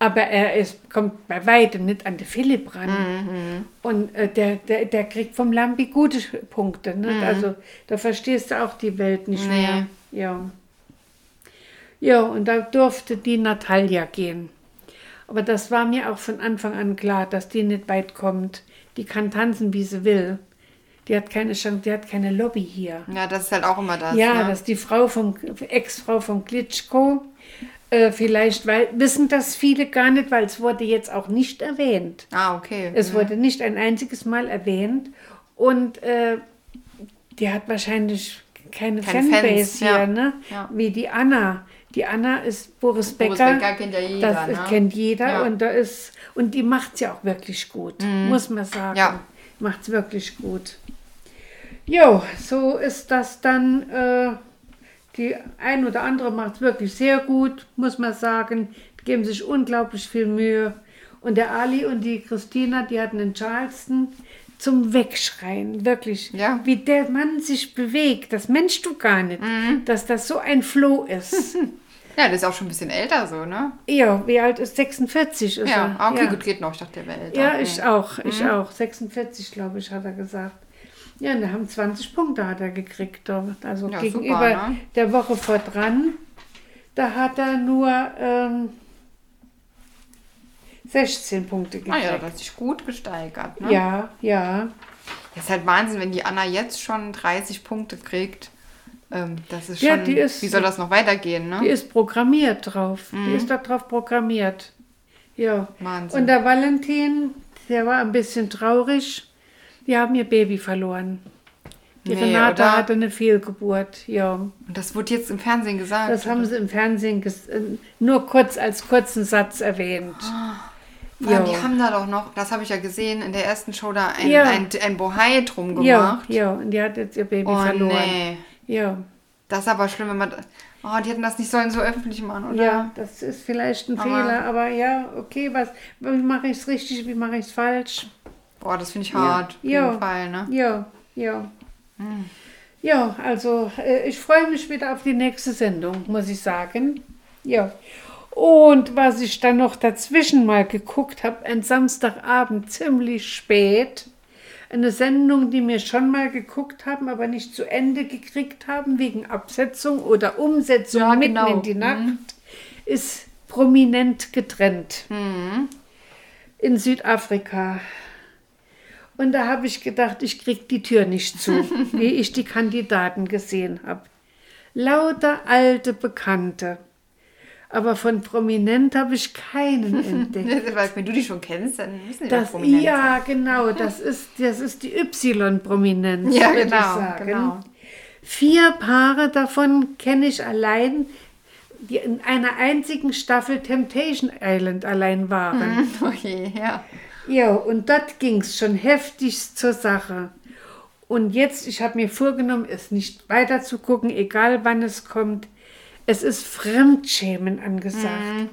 aber er ist, kommt bei weitem nicht an den Philipp ran.
Mhm.
Und äh, der, der, der kriegt vom Lambi gute Punkte. Ne? Also da verstehst du auch die Welt nicht
Mhm. Nee.
mehr. Ja. ja, und da durfte die Natalia gehen. Aber das war mir auch von Anfang an klar, dass die nicht weit kommt. Die kann tanzen, wie sie will. Die hat keine Chance, die hat keine Lobby hier.
Ja, das ist halt auch immer das.
Ja,
ne?
dass die Frau vom Ex-Frau vom Klitschko, äh, vielleicht weil, wissen das viele gar nicht, weil es wurde jetzt auch nicht erwähnt.
Ah, okay.
Es wurde nicht ein einziges Mal erwähnt und äh, die hat wahrscheinlich keine,
Keine
Fanbase
Fans,
hier,
ja.
ne?
Ja.
Wie die Anna. Die Anna ist Boris Becker.
Becker kennt ja jeder,
Das
ne?
kennt jeder
Ja. Mhm.
und da ist und die macht's ja auch wirklich gut, muss man sagen.
Ja.
Macht's wirklich gut. Jo, so ist das dann. Äh, die ein oder andere macht es wirklich sehr gut, muss man sagen. Die geben sich unglaublich viel Mühe. Und der Ali und die Christina, die hatten in Charleston zum Wegschreien, wirklich.
Ja.
Wie der Mann sich bewegt, das menschst du gar nicht,
Mhm.
dass das so ein Floh ist.
ja, der ist auch schon ein bisschen älter so, ne?
ja, wie alt ist 46? Ist
Ja,
er.
ah, okay,
Also, ja.
gut, geht noch. Ich dachte, der wäre älter.
Ja,
Okay.
ich auch, ich
Hm?
auch. 46, glaube ich, hat er gesagt. Ja, und da haben 20 Punkte hat er gekriegt. da. Also
Ja,
gegenüber
super, ne?
der Woche vor dran, da hat er nur ähm, 16 Punkte gekriegt.
Ah ja, das hat sich gut gesteigert. Ne?
ja, ja.
Das ist halt Wahnsinn, wenn die Anna jetzt schon 30 Punkte kriegt. Ähm, das ist schon.
Ja, die ist-
wie soll das noch weitergehen, ne?
Die ist programmiert drauf. Die ist da drauf programmiert. Ja.
Mhm. Wahnsinn.
Und der Valentin, der war ein bisschen traurig. Die haben ihr Baby verloren. Die
Nee,
Renate
oder?
hatte eine Fehlgeburt. Ja.
Und das wurde jetzt im Fernsehen gesagt.
Das haben sie im Fernsehen ges- äh, nur kurz als kurzen Satz erwähnt.
Vor allem,
Ja.
Ah, die haben da doch noch, das habe ich ja gesehen, in der ersten Show da ein,
Ja.
ein, ein Bohai drum
Ja,
gemacht.
ja, und die hat jetzt ihr Baby
oh
verloren.
nee.
Ja,
Das ist aber schlimm, wenn man. Oh, die hätten das nicht sollen so öffentlich machen, oder?
ja, das ist vielleicht ein
Aber-
Fehler, aber ja, okay, was, wie mache ich es richtig, wie mache ich es falsch?
Boah, das finde ich hart. Auf
Ja.
jeden Fall, ne? Mhm.
Ja, ja. Ja, also äh, ich freue mich wieder auf die nächste Sendung, muss ich sagen. Ja. Und was ich dann noch dazwischen mal geguckt habe, ein Samstagabend ziemlich spät, eine Sendung, die wir schon mal geguckt haben, aber nicht zu Ende gekriegt haben, wegen Absetzung oder Umsetzung
Ja,
mitten
genau.
in die Nacht, ist prominent getrennt
Mhm.
in Südafrika. Und da habe ich gedacht, ich krieg die Tür nicht zu, wie ich die Kandidaten gesehen habe. Lauter alte Bekannte. Aber von Prominent habe ich keinen entdeckt.
Weil wenn du die schon kennst, dann müssen die
Das,
doch prominent sein.
ja, genau, das ist, das ist die Y-Prominenz,
Ja,
würde
genau,
ich sagen.
genau.
Vier Paare davon kenne ich allein, die in einer einzigen Staffel Temptation Island allein waren.
Okay, Oh, ja.
Ja, und das ging's schon heftig zur Sache. Und jetzt, ich habe mir vorgenommen, es nicht weiter zu gucken, egal wann es kommt. Es ist Fremdschämen angesagt.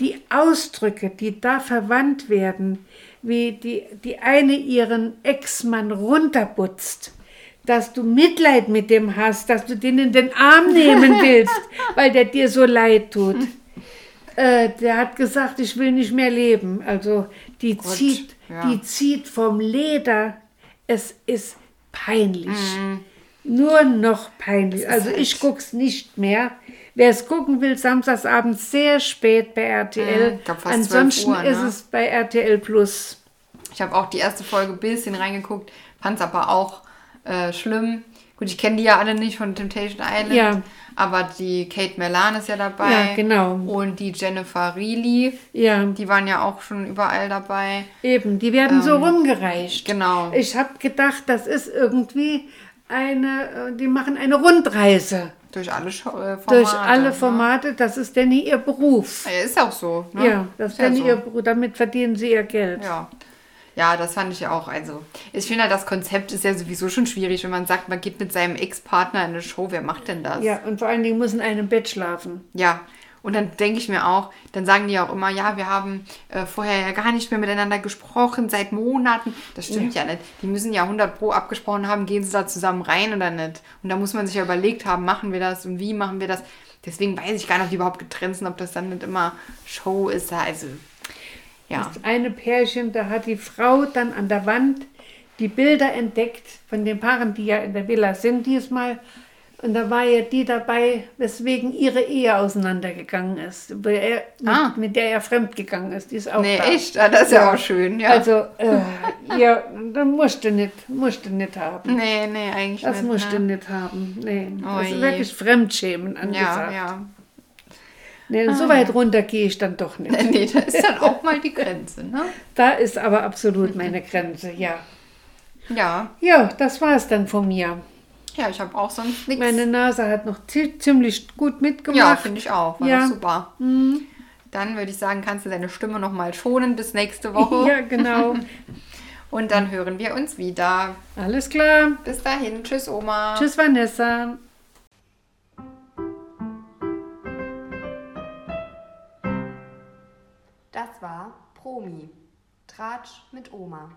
Die Ausdrücke, die da verwandt werden, wie die, die eine ihren Ex-Mann runterputzt, dass du Mitleid mit dem hast, dass du den in den Arm nehmen willst, weil der dir so leid tut. Äh, der hat gesagt, ich will nicht mehr leben. Also die zieht,
ja.
die zieht vom Leder. Es ist peinlich.
Mhm.
Nur noch peinlich. Also
halt
ich guck's nicht mehr. Wer es gucken will, samstagsabends sehr spät bei RTL.
Mhm, ich glaub, fast 12 Uhr,
Ansonsten ist
ne?
es bei RTL Plus.
Ich habe auch die erste Folge ein bisschen reingeguckt, fand es aber auch äh, schlimm. Gut, ich kenne die ja alle nicht von Temptation Island,
Ja.
aber die Kate Melan ist ja dabei.
Ja, genau.
Und die Jennifer Reilly,
Ja,
die waren ja auch schon überall dabei.
eben. Die werden so rumgereicht.
Ähm, Genau.
Ich habe gedacht, das ist irgendwie eine, äh, die machen eine Rundreise
Durch alle Scho- äh, Formate.
durch alle
Ne?
Formate. Das ist denn ihr Beruf.
Ja, ist auch so. Ne?
Ja, das ist
ja
denn
so.
ihr Beruf. Damit verdienen sie ihr Geld.
Ja. Ja, das fand ich auch. Also, ich finde halt, das Konzept ist ja sowieso schon schwierig, wenn man sagt, man geht mit seinem Ex-Partner in eine Show. Wer macht denn das?
Ja, und vor allen Dingen müssen in einem Bett schlafen.
Ja. Und dann denke ich mir auch, dann sagen die auch immer, ja, wir haben äh, vorher ja gar nicht mehr miteinander gesprochen, seit Monaten. Das stimmt ja. nicht. Die müssen ja 100 Pro abgesprochen haben, gehen sie da zusammen rein oder nicht. Und da muss man sich ja überlegt haben, machen wir das und wie machen wir das. Deswegen weiß ich gar nicht, ob die überhaupt getrennt sind, ob das dann nicht immer Show ist. Also, ja.
Das eine Pärchen, da hat die Frau dann an der Wand die Bilder entdeckt von den Paaren, die ja in der Villa sind diesmal. Und da war ja die dabei, weswegen ihre Ehe auseinandergegangen ist, wo er,
Ah.
mit, mit der er fremdgegangen ist. Die ist auch
Nee,
da.
echt? Ah, Das ist ja, auch schön, ja.
Also, äh, ja, dann musst du nicht, musst du nicht haben.
nee, nee, eigentlich
Das
nicht.
musst du
ne?
nicht haben. Nee,
Oh
das
je.
ist wirklich Fremdschämen
Ja,
angesagt.
ja.
Nee,
Ah.
so weit runter gehe ich dann doch nicht.
Nee, da ist dann auch mal die Grenze, ne?
Da ist aber absolut meine Grenze, ja.
Ja.
Ja, das war es dann von mir.
Ja, ich habe auch sonst nichts.
Meine Nase hat noch zi- ziemlich gut
Ja,
mitgemacht.
finde ich auch. War
Ja. Mhm.
doch super. Dann würde ich sagen, kannst du deine Stimme nochmal schonen bis nächste Woche.
ja, genau.
Und dann hören wir uns wieder.
Alles klar.
Bis dahin. Tschüss, Oma.
Tschüss, Vanessa.
Das war Promi. Tratsch mit Oma.